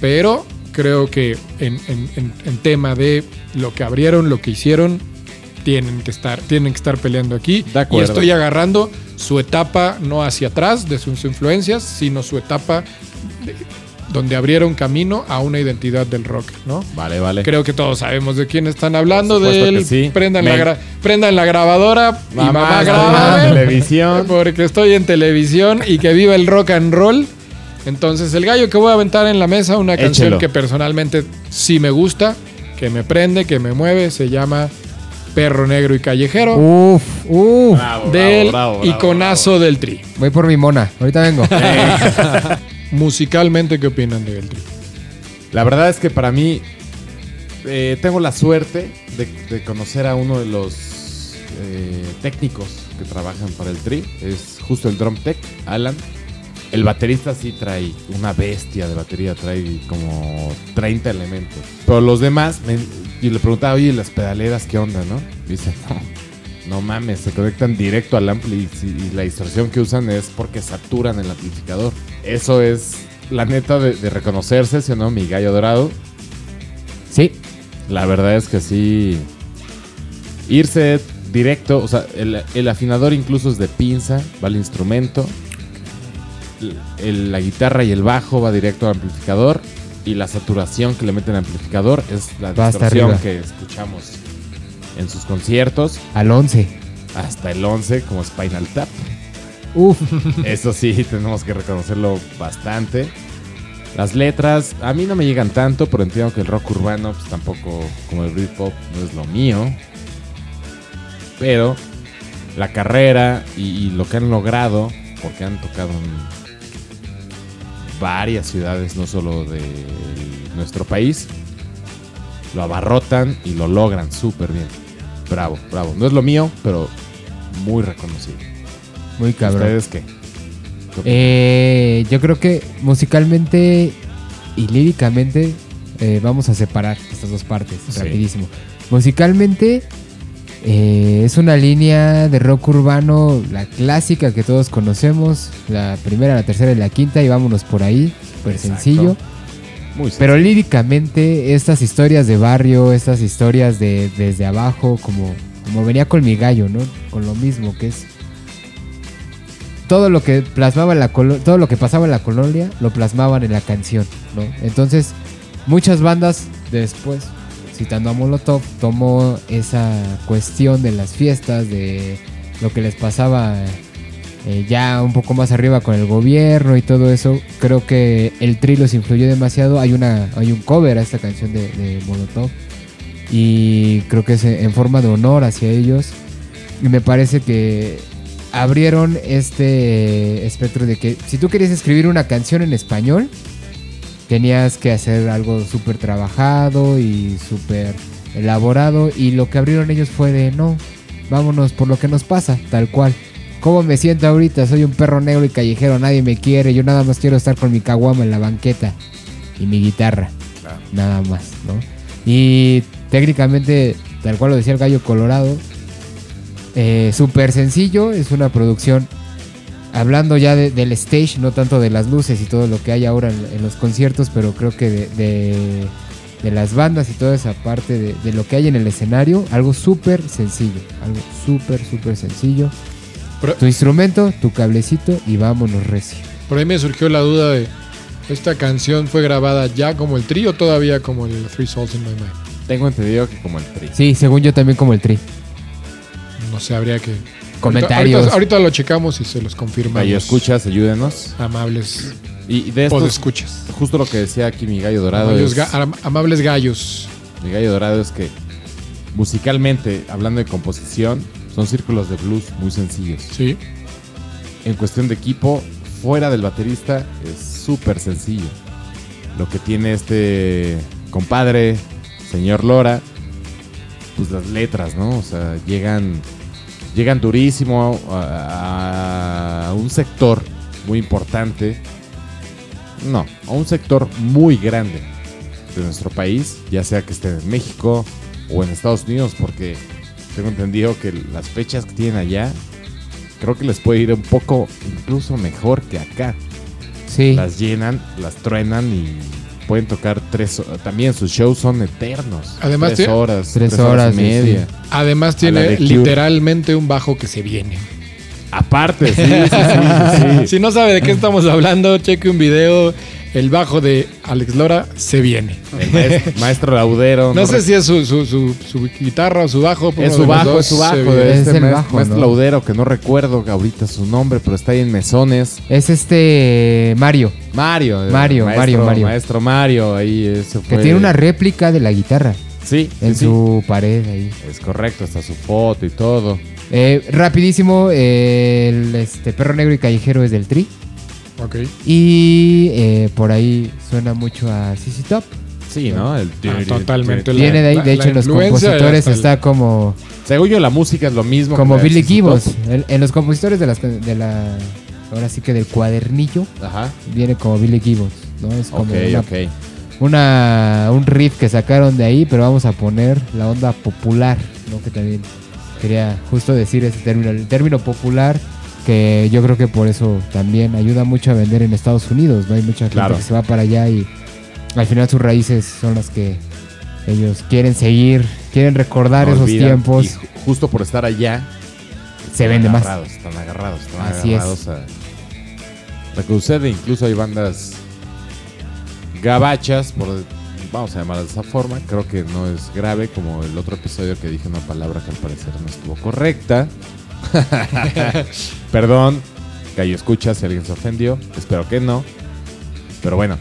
D: Pero creo que en, en- en- en tema de lo que abrieron, lo que hicieron, tienen que estar, tienen que estar peleando aquí.
B: De acuerdo.
D: Y estoy agarrando su etapa no hacia atrás de sus influencias, sino su etapa de- donde abrieron camino a una identidad del rock, ¿no?
B: Vale, vale.
D: Creo que todos sabemos de quién están hablando,
B: Por supuesto
D: del
B: que sí.
D: prendan, la
B: Me-
D: gra- prendan la grabadora y mamá,
B: Mamá,
D: grábame,
B: en
D: *laughs*
B: televisión.
D: porque estoy en televisión y que viva el rock and roll. Entonces, el gallo que voy a aventar en la mesa, una canción
B: Échelo.
D: que personalmente sí me gusta, que me prende, que me mueve, se llama Perro Negro y Callejero
A: Uf, uf.
D: del iconazo del tri.
A: Voy por mi mona, ahorita
D: *laughs*
A: vengo.
D: Eh. Musicalmente, ¿qué opinan de del tri?
B: La verdad es que para mí eh, tengo la suerte de, de conocer a uno de los eh, técnicos que trabajan para el Tri. Es justo el Drum Tech, Alan. El baterista sí trae una bestia de batería, trae como 30 elementos. Pero los demás, me- y le preguntaba, oye, las pedaleras, ¿qué onda, no? Y dice, no, no mames, se conectan directo al ampli y, y la distorsión que usan es porque saturan el amplificador. Eso es la neta de, de reconocerse, si no, mi gallo dorado.
A: Sí,
B: La verdad es que sí. Irse directo, o sea, el, el afinador incluso es de pinza, va al instrumento. El- la guitarra y el bajo va directo al amplificador. Y la saturación que le meten al amplificador es la
A: Va hasta
B: distorsión
A: arriba.
B: que escuchamos en sus conciertos.
A: al 11.
B: Hasta el 11, como Spinal Tap.
A: Uf,
B: Eso sí, tenemos que reconocerlo bastante. Las letras, a mí no me llegan tanto, pero entiendo que el rock urbano, pues tampoco como el Britpop, no es lo mío. Pero la carrera y, y lo que han logrado, porque han tocado en varias ciudades, no solo de nuestro país, lo abarrotan y lo logran súper bien. Bravo, bravo. No es lo mío, pero muy reconocido.
A: muy cabrón.
B: ¿Ustedes qué?
A: Eh, yo creo que musicalmente y líricamente eh, vamos a separar estas dos partes
B: Sí.
A: rapidísimo. Musicalmente eh, es una línea de rock urbano, la clásica que todos conocemos, la primera, la tercera y la quinta y vámonos por ahí, súper
B: Exacto.
A: sencillo.
B: Muy
A: Pero líricamente estas historias de barrio, estas historias de desde abajo, como, como venía con mi gallo, ¿no? Con lo mismo que es todo lo que plasmaba en la colo- todo lo que pasaba en la colonia lo plasmaban en la canción, ¿no? Entonces, muchas bandas después, citando a Molotov, tomó esa cuestión de las fiestas, de lo que les pasaba eh, ya un poco más arriba con el gobierno y todo eso. Creo que el tri los influyó demasiado. Hay una hay un cover a esta canción de, de Molotov y creo que es en forma de honor hacia ellos. Y me parece que abrieron este espectro de que si tú querías escribir una canción en español, tenías que hacer algo súper trabajado y súper elaborado. Y lo que abrieron ellos fue de no, vámonos por lo que nos pasa, tal cual. ¿Cómo me siento ahorita? Soy un perro negro y callejero, nadie me quiere, yo nada más quiero estar con mi caguama en la banqueta y mi guitarra.
C: Claro.
A: Nada más, ¿no? Y técnicamente, tal cual lo decía el gallo colorado, eh, súper sencillo, es una producción hablando ya de- del stage, no tanto de las luces y todo lo que hay ahora en, en los conciertos, pero creo que de, de- de las bandas y toda esa parte de, de lo que hay en el escenario, algo súper sencillo, algo súper, súper sencillo.
D: Pero-
A: Tu instrumento, tu cablecito y vámonos recio.
D: Por ahí me surgió la duda de, ¿esta canción fue grabada ya como el trío o todavía como el Three Souls in My Mind?
B: Tengo entendido que como el tri.
A: Sí, según yo también como el tri.
D: No sé, habría que...
A: Comentarios.
D: Ahorita, ahorita lo checamos y se los confirmamos.
B: Gallo escuchas, ayúdenos.
D: Amables
B: Y, y de
D: o
B: estos,
D: escuchas.
B: justo lo Pues que decía aquí mi gallo dorado
D: Amables,
B: es,
D: ga- am- amables gallos.
B: mi gallo dorado es que musicalmente, hablando de composición, son círculos de blues muy sencillos.
D: Sí.
B: En cuestión de equipo, fuera del baterista, es súper sencillo. Lo que tiene este compadre, señor Lora, pues las letras, ¿no? O sea, llegan llegan durísimo a, a un sector muy importante. No, a un sector muy grande de nuestro país, ya sea que esté en México o en Estados Unidos, porque tengo entendido que las fechas que tienen allá, creo que les puede ir un poco incluso mejor que acá.
A: Sí.
B: Las llenan, las truenan y pueden tocar tres. ho- También sus shows son eternos.
D: Además
B: tres
D: tie-
B: horas,
A: Tres horas,
B: y media.
A: sí,
D: Además
B: A la
D: tiene
B: de Cure.
D: literalmente un bajo que se viene.
B: Aparte, sí,
A: *laughs*
B: sí, sí, sí, sí.
D: Si no sabe de qué estamos hablando, cheque un video. El bajo de Alex Lora se viene.
B: El
D: *laughs*
B: maest- maestro Laudero.
D: No sé si es su, su- su- su guitarra o su bajo. pero
B: Es
D: uno
B: su
D: de los
B: bajo,
D: dos
B: es su
D: se
B: bajo.
D: viene.
B: De
A: Es
B: este
A: el
B: maest-
A: bajo,
B: maestro
A: ¿no?
B: Laudero, que no recuerdo ahorita su nombre, pero está ahí en Mesones.
A: Es este Mario,
B: Mario. eh,
A: Mario,
B: maestro-
A: Mario, Mario.
B: Maestro Mario, ahí ese
A: que
B: fue.
A: tiene una réplica de la guitarra
B: Sí, Pues- sí,
A: en
B: sí.
A: su pared ahí.
B: Es correcto, está su foto y todo.
A: Eh, rapidísimo, eh, el este, Perro Negro y Callejero es del Tri.
B: eh.
D: Ok. Ah,
A: Y eh, por ahí suena mucho a CC Top.
B: Sí, ¿no? El-
D: Ah, totalmente. La-
A: Viene de ahí,
D: la-
A: de hecho,
D: la
A: en los
D: influencia
A: compositores
D: hasta el-
A: está como,
B: Según yo, la música es lo mismo. que
A: como
B: la de
A: Billy
B: Sissy
A: Gibbons.
B: Top.
A: En, en los compositores de, las, can- de la. Ahora sí que del cuadernillo
B: Ajá.
A: viene como Billy Gibbons, ¿no? Es como
B: Ok,
A: una-
B: ok.
A: una- un riff que sacaron de ahí, pero vamos a poner la onda popular, ¿no? Que también quería justo decir ese término, el término popular, que yo creo que por eso también ayuda mucho a vender en Estados Unidos, ¿no? Hay mucha gente
B: Claro.
A: que se va para allá y al final sus raíces son las que ellos quieren seguir, quieren recordar
B: No
A: esos
B: olvidan,
A: tiempos,
B: y ju- justo por estar allá,
A: se vende más.
B: agarrados, Están agarrados, están
A: Así
B: agarrados a. Lo que sucede, incluso hay bandas gabachas, por, vamos a llamarlas de esa forma. Creo que no es grave, como el otro episodio que dije una palabra que al parecer no estuvo correcta.
A: *laughs*
B: Perdón, Gallo Escucha, si alguien se ofendió. Espero que no. Pero bueno,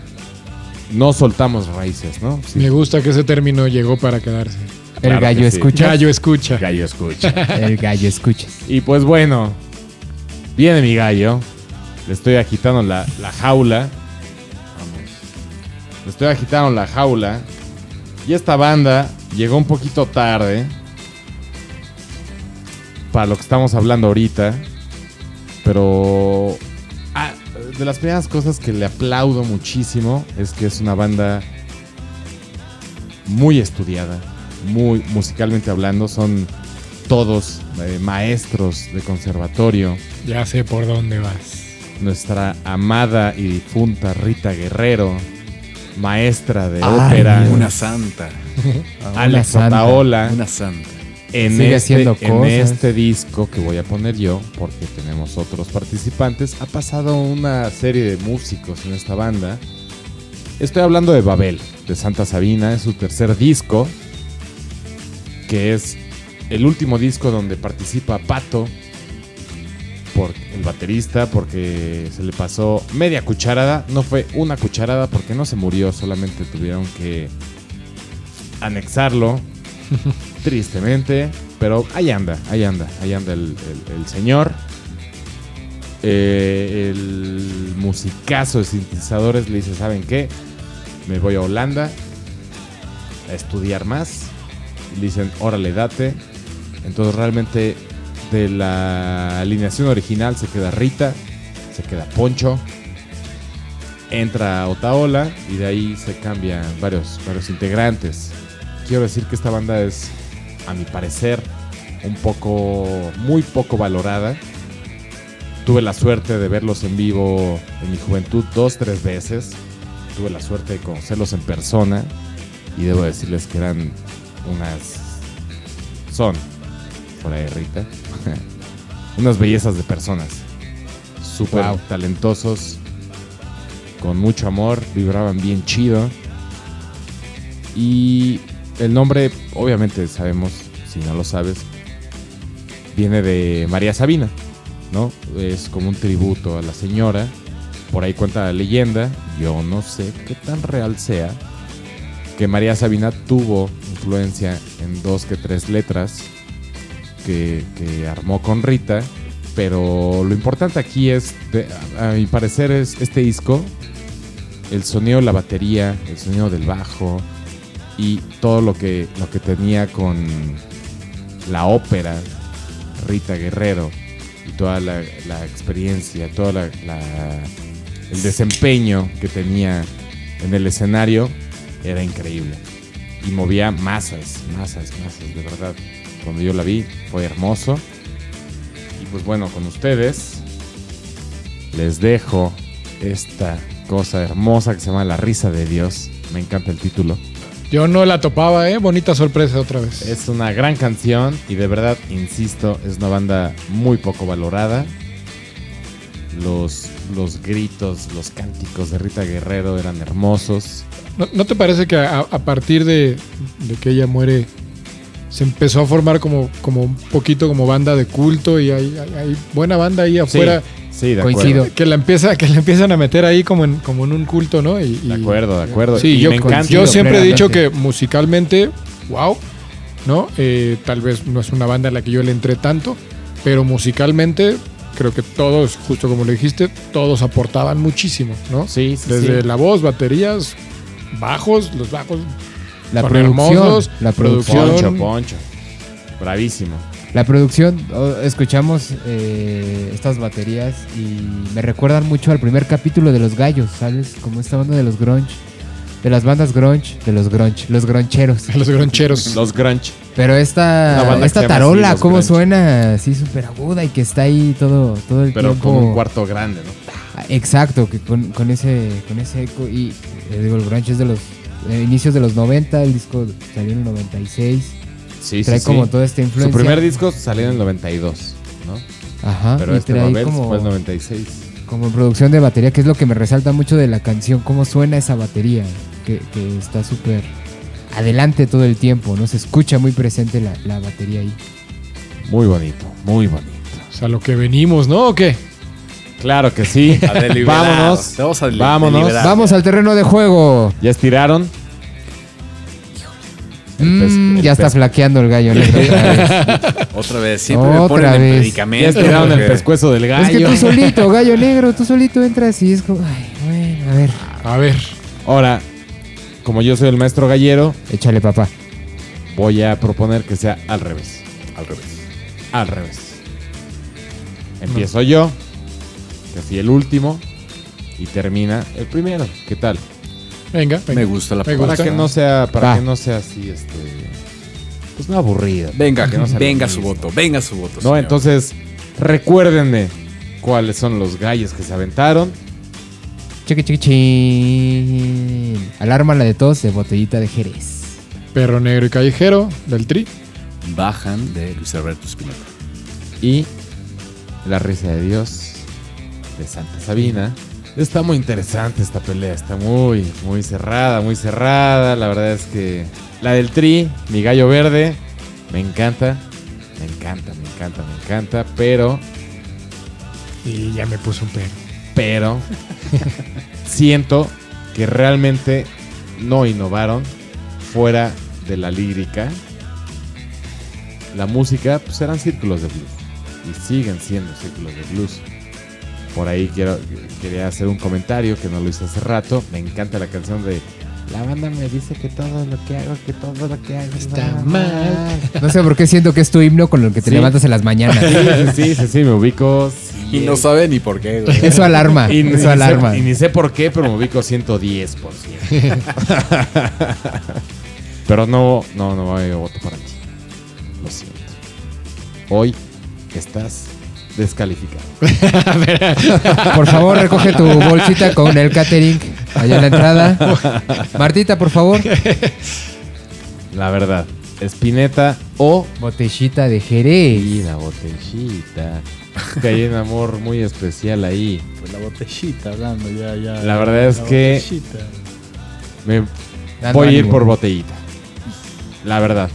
B: no soltamos raíces, ¿no?
A: *laughs*
B: Sí.
D: Me gusta que ese término llegó para quedarse.
A: el
B: Claro
A: gallo
B: que sí.
A: escucha,
D: Gallo escucha.
B: Gallo Escucha.
A: el gallo escucha.
B: Y pues bueno, viene mi gallo. Le estoy agitando la, la jaula. Vamos. Le estoy agitando la jaula. Y esta banda llegó un poquito tarde. Para lo que estamos hablando ahorita. Pero. ah, de las primeras cosas que le aplaudo muchísimo es que es una banda muy estudiada. Muy musicalmente hablando. Son todos eh, maestros de conservatorio,
D: Ya sé por dónde vas.
B: nuestra amada y difunta Rita Guerrero, maestra de
C: Ay,
B: ópera,
C: Una santa.
A: Una
B: Alex
A: santa.
B: Otaola,
C: Una santa.
B: en,
A: Sigue
B: este,
A: haciendo
B: en
A: cosas.
B: este disco que voy a poner yo, porque tenemos otros participantes, ha pasado una serie de músicos en esta banda. Estoy hablando de Babel, de Santa Sabina, es su tercer disco, que es el último disco donde participa Pato, por el baterista, porque se le pasó media cucharada, no fue una cucharada porque no se murió, solamente tuvieron que anexarlo, tristemente, pero ahí anda, ahí anda, ahí anda el, el- el señor. Eh, el musicazo de sintetizadores le dice, ¿saben qué? Me voy a Holanda a estudiar más. Y le dicen, órale, date. Entonces realmente de la alineación original se queda Rita, se queda Poncho, entra Otaola y de ahí se cambian varios, varios integrantes. Quiero decir que esta banda es, a mi parecer, un poco, muy poco valorada. Tuve la suerte de verlos en vivo en mi juventud dos, tres veces. Tuve la suerte de conocerlos en persona y debo decirles que eran unas... Son, por ahí Rita, *laughs* unas bellezas de personas. Súper
A: Wow.
B: talentosos, con mucho amor, vibraban bien chido. Y el nombre, obviamente sabemos, si no lo sabes, viene de María Sabina, ¿no? Es como un tributo a la señora. Por ahí cuenta la leyenda, yo no sé qué tan real sea, que María Sabina tuvo influencia en dos que tres letras que, que armó con Rita. Pero lo importante aquí es, de- a, a mi parecer, es este disco, el sonido de la batería, el sonido del bajo y todo lo que, lo que tenía con la ópera Rita Guerrero y toda la, la experiencia, todo la, la- el desempeño que tenía en el escenario era increíble. Y movía masas, masas, masas, de verdad. Cuando yo la vi fue hermoso. Y pues bueno, con ustedes les dejo esta cosa hermosa que se llama La risa de Dios. Me encanta el título.
D: Yo no la topaba, ¿eh? Bonita sorpresa otra vez.
B: Es una gran canción y de verdad, insisto, es una banda muy poco valorada. Los, los gritos, los cánticos de Rita Guerrero eran hermosos.
D: ¿No, no te parece que a, a partir de, de que ella muere se empezó a formar como, como un poquito como banda de culto y hay, hay- hay buena banda ahí
B: Sí,
D: afuera
B: sí, de
A: Coincido.
B: acuerdo.
D: que la empieza que la empiezan a meter ahí como en, como en un culto, ¿no? Y, y-
B: De acuerdo, de acuerdo.
D: Sí,
B: Y
D: yo,
B: me encanta.
D: yo siempre he
A: plenamente.
D: dicho que musicalmente, wow, ¿no? Eh, tal vez no es una banda a la que yo le entré tanto, pero musicalmente creo que todos, justo como lo dijiste, todos aportaban muchísimo, ¿no?
B: Sí, sí,
D: Desde
B: sí.
D: la voz, baterías, bajos, los bajos *laughs*
A: La
D: Son
A: producción,
D: hermosos,
A: la producción,
B: Poncho,
D: producción.
B: Poncho. Bravísimo.
A: la producción, oh, escuchamos eh, estas baterías y me recuerdan mucho al primer capítulo de Los Gallos, ¿sabes? Como esta banda de los grunge, de las bandas grunge, de los grunge, los gruncheros.
D: los groncheros.
B: Los grunge.
A: Pero
B: Una
A: esta,
B: banda que
A: esta
B: se llama así,
A: tarola,
B: Los
A: ¿cómo
B: Grunge.
A: suena? Así súper aguda y que está ahí todo, todo el
B: Pero
A: tiempo.
B: como un cuarto grande, ¿no?
A: Ah, Exacto, que con, con ese con ese eco y eh, digo, el grunge es de los eh, inicios de los 90, el disco salió en el 96,
B: Sí,
A: trae
B: sí,
A: como
B: sí.
A: toda esta influencia.
B: Su primer disco salió en el 92, ¿no?
A: Ajá,
B: Pero
A: y
B: este
A: trae
B: Mabel
A: como,
B: fue el 96.
A: como producción de batería, que es lo que me resalta mucho de la canción, cómo suena esa batería, que, que está súper adelante todo el tiempo, ¿no? Se escucha muy presente la, la batería ahí.
B: Muy bonito, muy bonito.
D: O sea, lo que venimos, ¿no? ¿O qué?
B: Claro que sí.
C: A deliberar.
B: Vámonos.
C: Te vamos a deli-
B: Vámonos.
C: deliberar. Claro.
A: Vamos al terreno de juego.
B: Ya estiraron. El pez-
A: Mm,
B: el
A: ya está
B: pez-
A: flaqueando el gallo negro. otra vez.
C: Otra vez, siempre me
A: Otra
C: ponen en
A: vez.
B: Ya
C: medicamentos.
B: estiraron *laughs* el
C: porque-
B: pescuezo del gallo.
A: Es que tú solito, gallo negro, tú solito entras y es como, ay, bueno, a ver,
D: A ver,
B: Ahora, como yo soy el maestro gallero,
A: échale papá.
B: voy a proponer que sea al revés.
C: Al revés.
B: Al revés. Empiezo yo, que fui el último, y termina el primero. ¿Qué tal?
D: venga, venga.
C: Me gusta la
D: Me
C: palabra.
B: Para
D: gusta.
B: que no sea, para
A: Va.
B: que no sea así, este, pues no aburrido.
C: Venga, que no
B: sea
C: venga
B: lo
C: su
B: mismo.
C: voto, venga su voto.
B: No,
C: señor.
B: entonces recuérdenme cuáles son los gallos que se aventaron.
A: Chiqui, chiqui, chin. Alarma la de tos de botellita de Jerez.
D: Perro negro y callejero del tri.
C: Bajan de Luis Alberto Spinetta.
B: Y la risa de Dios de Santa Sabina. Está muy interesante esta pelea, está muy, muy cerrada, muy cerrada. La verdad es que la del Tri, mi gallo verde, me encanta, me encanta, me encanta, me encanta, pero,
D: Y ya me puso un perro.
B: pero, *laughs* siento que realmente no innovaron fuera de la lírica. La música, pues eran círculos de blues. Y siguen siendo círculos de blues. Por ahí quiero, quería hacer un comentario que no lo hice hace rato. Me encanta la canción
C: *laughs*
B: de La banda me dice que todo lo que hago, que todo lo que hago
D: Está
B: va
D: mal".
A: No sé por qué siento que es tu himno con el que te
B: Sí.
A: levantas en las mañanas.
B: Sí, sí, sí, sí, sí, me ubico. sí,
C: Y no sabe ni por qué, güey.
A: Eso
B: *laughs*
A: alarma,
B: y ni
A: Ah, eso
B: sé-
A: alarma.
B: y ni sé por qué, pero me ubico 110%.
A: *laughs*
B: pero no, no, no voy a votar para ti. Lo siento. Hoy estás descalificado.
A: Por favor, recoge tu bolsita con el catering allá en la entrada. Martita, por favor.
B: La verdad. Espineta o
A: Botellita de Jerez.
B: Y la botellita. Que hay un amor muy especial ahí.
E: Pues La botellita hablando, ya, ya.
B: La verdad es que-
E: botellita.
B: Me
A: Dando
B: voy a ir
A: ánimo.
B: por botellita. La verdad.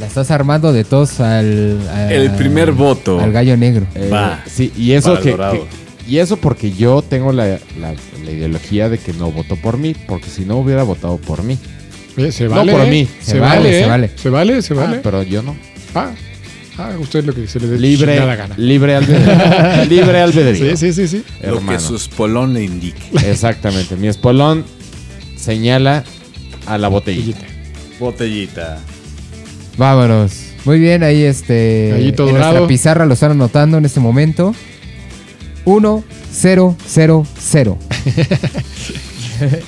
A: La estás armando de tos al... al-
C: El primer voto.
A: Ah, Al gallo negro.
B: Eh,
C: Va.
B: Sí, y eso
C: Para el
B: que,
C: dorado.
B: que- Y eso porque yo tengo la, la- la ideología de que no votó por mí, porque si no hubiera votado por mí.
D: Eh, se
B: No
D: vale.
B: por
D: ¿eh?
B: mí,
D: Se, vale, se vale. Se vale, se
B: Ah,
D: vale.
B: pero yo no.
D: Ah, ah, usted lo que se le dé
B: Libre,
D: chingada gana.
B: libre albedrío. libre albedrío.
D: Sí, sí, sí, sí.
C: Lo
B: hermano.
C: que su espolón le indique.
A: *laughs*
B: Exactamente. Mi espolón señala a la botellita.
D: Botellita.
C: Botellita.
A: Vámonos. Muy bien, ahí este.
D: Gallito
A: en nuestra
D: dorado.
A: pizarra lo están anotando en este momento. 1 0 0 0.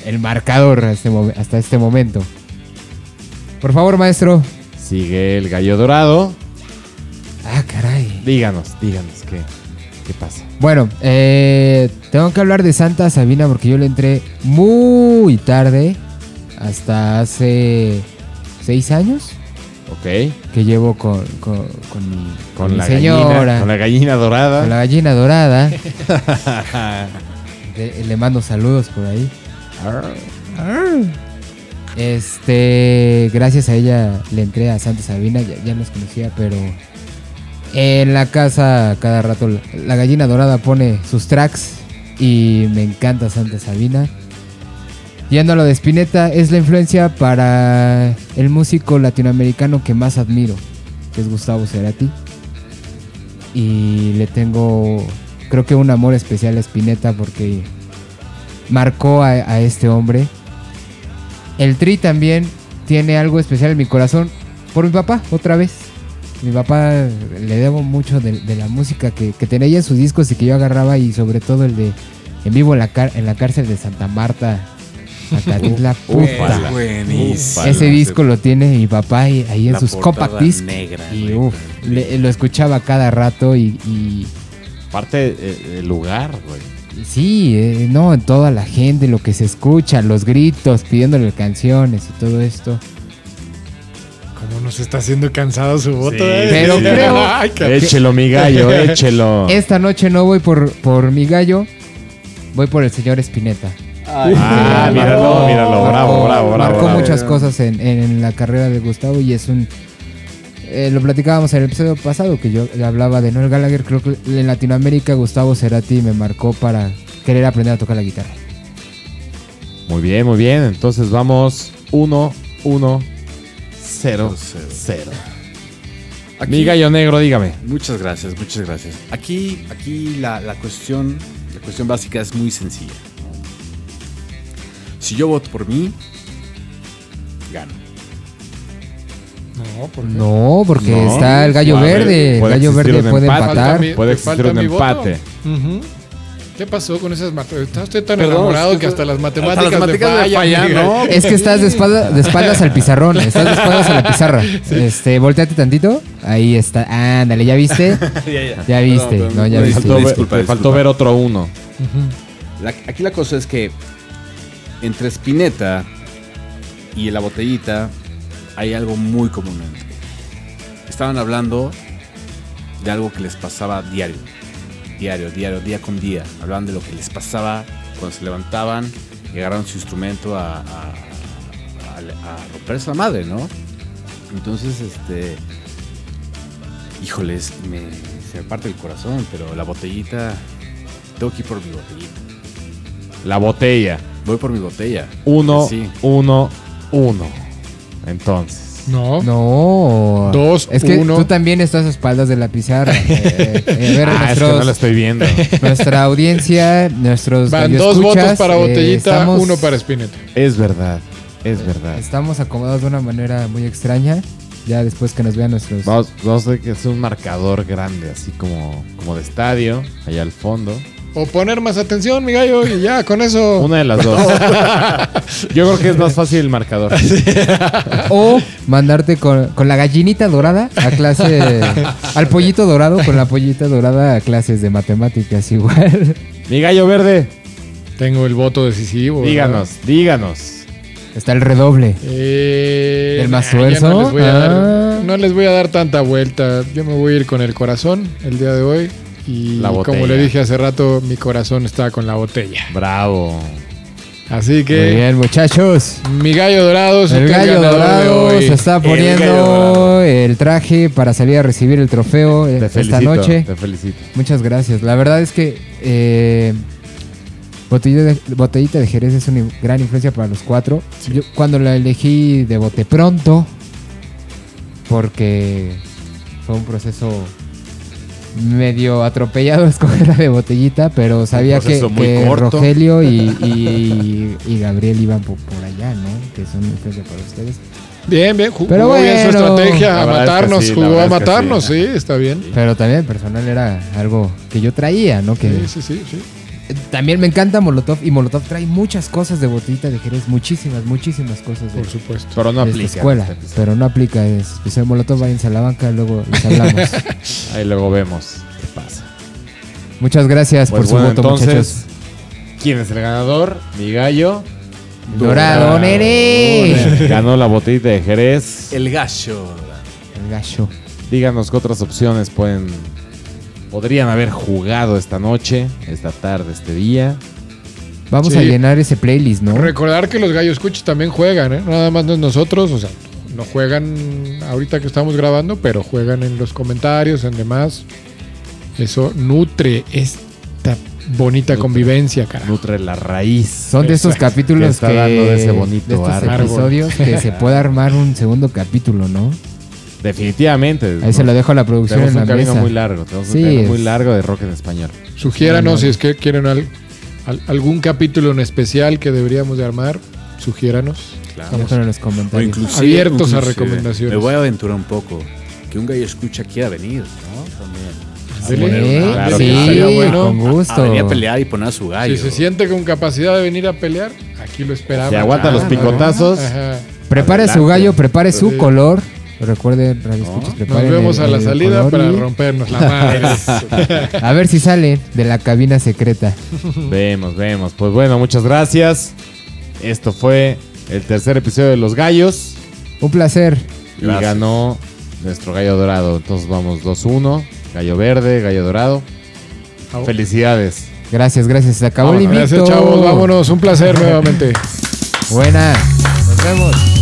A: El marcador a este mo- hasta este momento. Por favor, maestro.
B: Sigue el gallo dorado.
A: Ah, caray.
B: Díganos, díganos qué, qué pasa.
A: Bueno, eh, tengo que hablar de Santa Sabina porque yo le entré muy tarde. Hasta hace seis años
B: Ok.
A: que llevo con, con, con mi, con mi
B: Con la,
A: señora.
B: gallina, con la gallina dorada.
A: Con la gallina dorada. le, le mando saludos por ahí. Este, gracias a ella le entré a Santa Sabina, ya, ya los conocía, pero en la casa cada rato la, la gallina dorada pone sus tracks y me encanta Santa Sabina. Yendo a lo de Spinetta, es la influencia para el músico latinoamericano que más admiro, que es Gustavo Cerati y le tengo creo que un amor especial a Spinetta porque marcó a, a este hombre. El Tri también tiene algo especial en mi corazón por mi papá, otra vez. Mi papá le debo mucho de, de la música que, que tenía ella en sus discos y que yo agarraba y sobre todo el de En vivo en la, car- en la cárcel de Santa Marta. Acatitla, puta.
B: Ufala.
C: Buenísimo.
A: Ese disco lo tiene mi papá y- ahí en
C: La
A: sus compact
C: portada
A: discs.
C: negra,
A: Y
C: güey.
A: uf, le- lo escuchaba cada rato y, y-
B: Aparte, eh, el lugar, güey.
A: y sí, eh, no, en toda la gente, lo que se escucha, los gritos, pidiéndole canciones y todo esto.
D: Como nos está haciendo cansado su voto. eh?
A: Pero creo-
D: Ay, cabrón.
B: Échelo, mi gallo,
C: Ah.
B: échelo.
A: Esta noche no voy por, por mi gallo, voy por el señor Espineta.
B: Ah, míralo, míralo. Bravo, bravo, bravo.
A: Marcó
B: bravo.
A: muchas cosas en, en la carrera de Gustavo y es un... eh, lo platicábamos en el episodio pasado que yo hablaba de Noel Gallagher. Creo que en Latinoamérica Gustavo Cerati me marcó para querer aprender a tocar la guitarra.
B: Muy bien, muy bien. Entonces vamos 1, 1, 0, 0.
C: Aquí-
B: Mi gallo negro, dígame.
C: Muchas gracias, muchas gracias. Aquí, aquí la, la cuestión, la cuestión básica es muy sencilla. Si yo voto por mí, gano.
D: No, ¿por qué?
A: No, porque
C: No.
A: está el gallo
B: Puede-
A: verde. El
B: puede
A: gallo
B: existir
A: verde
B: un
A: puede
B: empate.
A: empatar.
D: Falta mi-
B: Puede
D: ¿Te
B: existir
D: falta
B: un
D: mi voto?
B: empate.
D: Ujú. ¿Qué pasó con esas matemáticas? Estás usted tan
C: Perdón,
D: enamorado
C: es-
D: que hasta las matemáticas,
C: las matemáticas
D: le
C: le
D: fallan.
C: fallan,
D: amigo.
C: ¿no?
A: Es que estás de, espalda- de espaldas al pizarrón, estás de espaldas a
B: *laughs*
A: la pizarra. Este, volteate tantito. Ahí está. Ándale, ¿ya
B: *laughs*
A: viste? Ya viste.
C: Perdón,
A: No, ya
C: perdón.
B: Me
A: viste.
B: faltó, ver-
C: disculpa,
B: me
C: disculpa.
B: faltó ver otro uno.
C: La- aquí la cosa es que entre Spinetta y la botellita hay algo muy común. Estaban hablando de algo que les pasaba diario. Diario, diario, día con día. Hablaban de lo que les pasaba cuando se levantaban y agarraron su instrumento a, a- a- a romperse la madre, ¿no? Entonces, este. Híjoles, me, se me parte el corazón, pero la botellita. Tengo que ir por mi botellita.
B: La botella.
C: Voy por mi botella.
B: 1,
C: Sí.
B: 1, 1. Entonces.
D: No.
A: No.
D: Dos,
A: Es que
D: uno.
A: tú también estás a espaldas de
B: *laughs*
A: la pizarra. Eh, eh, a ver,
B: Ah, es que
A: nuestros-
B: no la estoy
A: *laughs*
B: viendo.
A: nuestra audiencia, nuestros
D: Van dos
A: radioescuchas,
D: votos para
A: pues, eh,
D: Botellita,
A: estamos-
D: uno para Spinetta.
B: Es verdad, es verdad.
A: Estamos acomodados de una manera muy extraña. Ya después que nos vean nuestros
B: Vamos, vamos a hacer que es un marcador grande, así como, como de estadio, allá al fondo.
D: O poner más atención, mi gallo, y ya,
B: *laughs*
D: con eso.
B: Una de las dos. *laughs* Yo creo que es más fácil el marcador.
A: *laughs* O mandarte con, con la gallinita dorada a clase.
B: *laughs*
A: al pollito dorado, con la pollita dorada a clases de matemáticas igual.
B: Mi gallo verde,
D: Tengo el voto decisivo. ¿verdad?
B: díganos, díganos.
A: Está el redoble.
D: Eh,
A: ¿El más
D: nah, ya
A: tuerzo?
D: No les, voy a
A: Ah.
D: dar, no les voy a dar tanta vuelta. Yo me voy a ir con el corazón el día de hoy. Y
B: La botella.
D: como le dije hace rato, mi corazón está con la botella.
B: Bravo.
D: Así
A: Muy
D: que
A: bien, muchachos.
D: mi gallo dorado es
A: El gallo dorado se está poniendo el traje para salir a recibir el trofeo
B: Te felicito.
A: esta noche.
B: Te felicito.
A: Muchas gracias. La verdad es que eh, Botellita, de, Botellita de Jerez es una in- gran influencia para los cuatro. Yo cuando la elegí de bote pronto, porque fue un proceso medio atropellado *laughs* a escoger la de botellita, pero sabía que,
C: proceso muy
A: que
C: corto.
A: Rogelio y,
C: *laughs*
A: y- y Gabriel iban por, por allá, ¿no? Que son un premio para ustedes.
D: Bien, bien. ju-
A: Pero
D: jugó bien su
A: bueno.
D: estrategia.
B: La
D: A
B: verdad es que
D: matarnos.
B: sí, la
D: jugó
B: verdad
D: a
B: es que
D: matarnos,
B: sí.
D: sí. Está bien.
A: Pero también el personal era algo que yo traía, ¿no? Que
D: Sí, sí, sí. sí.
A: también me encanta Molotov y Molotov trae muchas cosas de botellita de Jerez, muchísimas, muchísimas cosas de,
D: Por supuesto.
B: Pero no
A: de esta
B: aplica.
A: escuela, pero no aplica. Es, pues, el Molotov va en Salamanca, luego
B: *laughs*
A: les hablamos.
B: Ahí luego vemos qué pasa.
A: Muchas gracias
B: Pues
A: por su
B: bueno,
A: voto,
B: entonces,
A: muchachos.
B: ¿quién es el ganador? Mi gallo.
A: Dorado, Nere. *laughs*
B: Ganó la botellita de Jerez.
E: El gallo.
A: El gallo.
B: Díganos qué otras opciones pueden podrían haber jugado esta noche, esta tarde, este día.
A: Vamos
D: Sí.
A: a llenar ese playlist, ¿no?
D: Recordar que los gallos cuchis también juegan, ¿eh? Nada más no es nosotros, o sea, no juegan ahorita que estamos grabando, pero juegan en los comentarios, en demás. Eso nutre esta bonita convivencia, cara.
B: Nutre la raíz.
A: Son de estos capítulos
B: Que está
A: que-
B: dando de ese bonito
A: de estos
B: árbol.
A: episodios que
B: *laughs*
A: se puede armar un segundo capítulo, ¿no?
B: Definitivamente.
A: Ahí se
B: ¿no?
A: lo dejo a la producción
B: Tenemos
A: en Pues la
B: un camino
A: mesa.
B: muy largo. Tenemos
A: Sí,
B: un camino
A: es-
B: muy largo de rock en español.
D: Sugiéranos
A: Sí,
D: si es que quieren al- al- algún capítulo en especial que deberíamos de armar. Sugiéranos.
A: Déjalo en los
C: O
A: comentarios.
C: inclusive-
D: Abiertos a recomendaciones.
C: Me voy a aventurar un poco. Que un gallo escucha quiera venir, ¿no? También.
A: Sí,
D: Ándele.
A: sí,
B: claro
A: sí,
B: que
D: estaría bueno.
A: con
C: A
A: gusto.
C: venir a pelear y poner a su gallo.
D: Si se siente con capacidad de venir a pelear, aquí lo esperamos.
B: oh. Se aguanta los
D: Ah,
B: picotazos.
D: Ajá.
A: Prepare su
C: Adelante.
A: gallo, prepare su
D: Sí.
A: color. Recuerden, radio escuchas,
D: Nos
A: preparen
D: vemos
A: el-
D: a la
A: el
D: salida
A: color
D: para
A: y-
B: *laughs*
D: rompernos la madre.
A: A ver si sale de la cabina secreta.
B: Vemos, vemos. Pues bueno, muchas gracias. Esto fue el tercer episodio de Los Gallos.
A: Un placer.
B: Y
C: Gracias.
B: ganó nuestro gallo dorado. Entonces vamos 2-1. Gallo verde, gallo dorado.
D: Au.
B: Felicidades.
A: Gracias, gracias. Se acabó el
B: Vámonos.
A: invicto.
D: Gracias, chavos. Vámonos. Un placer nuevamente.
A: Buena. Nos vemos.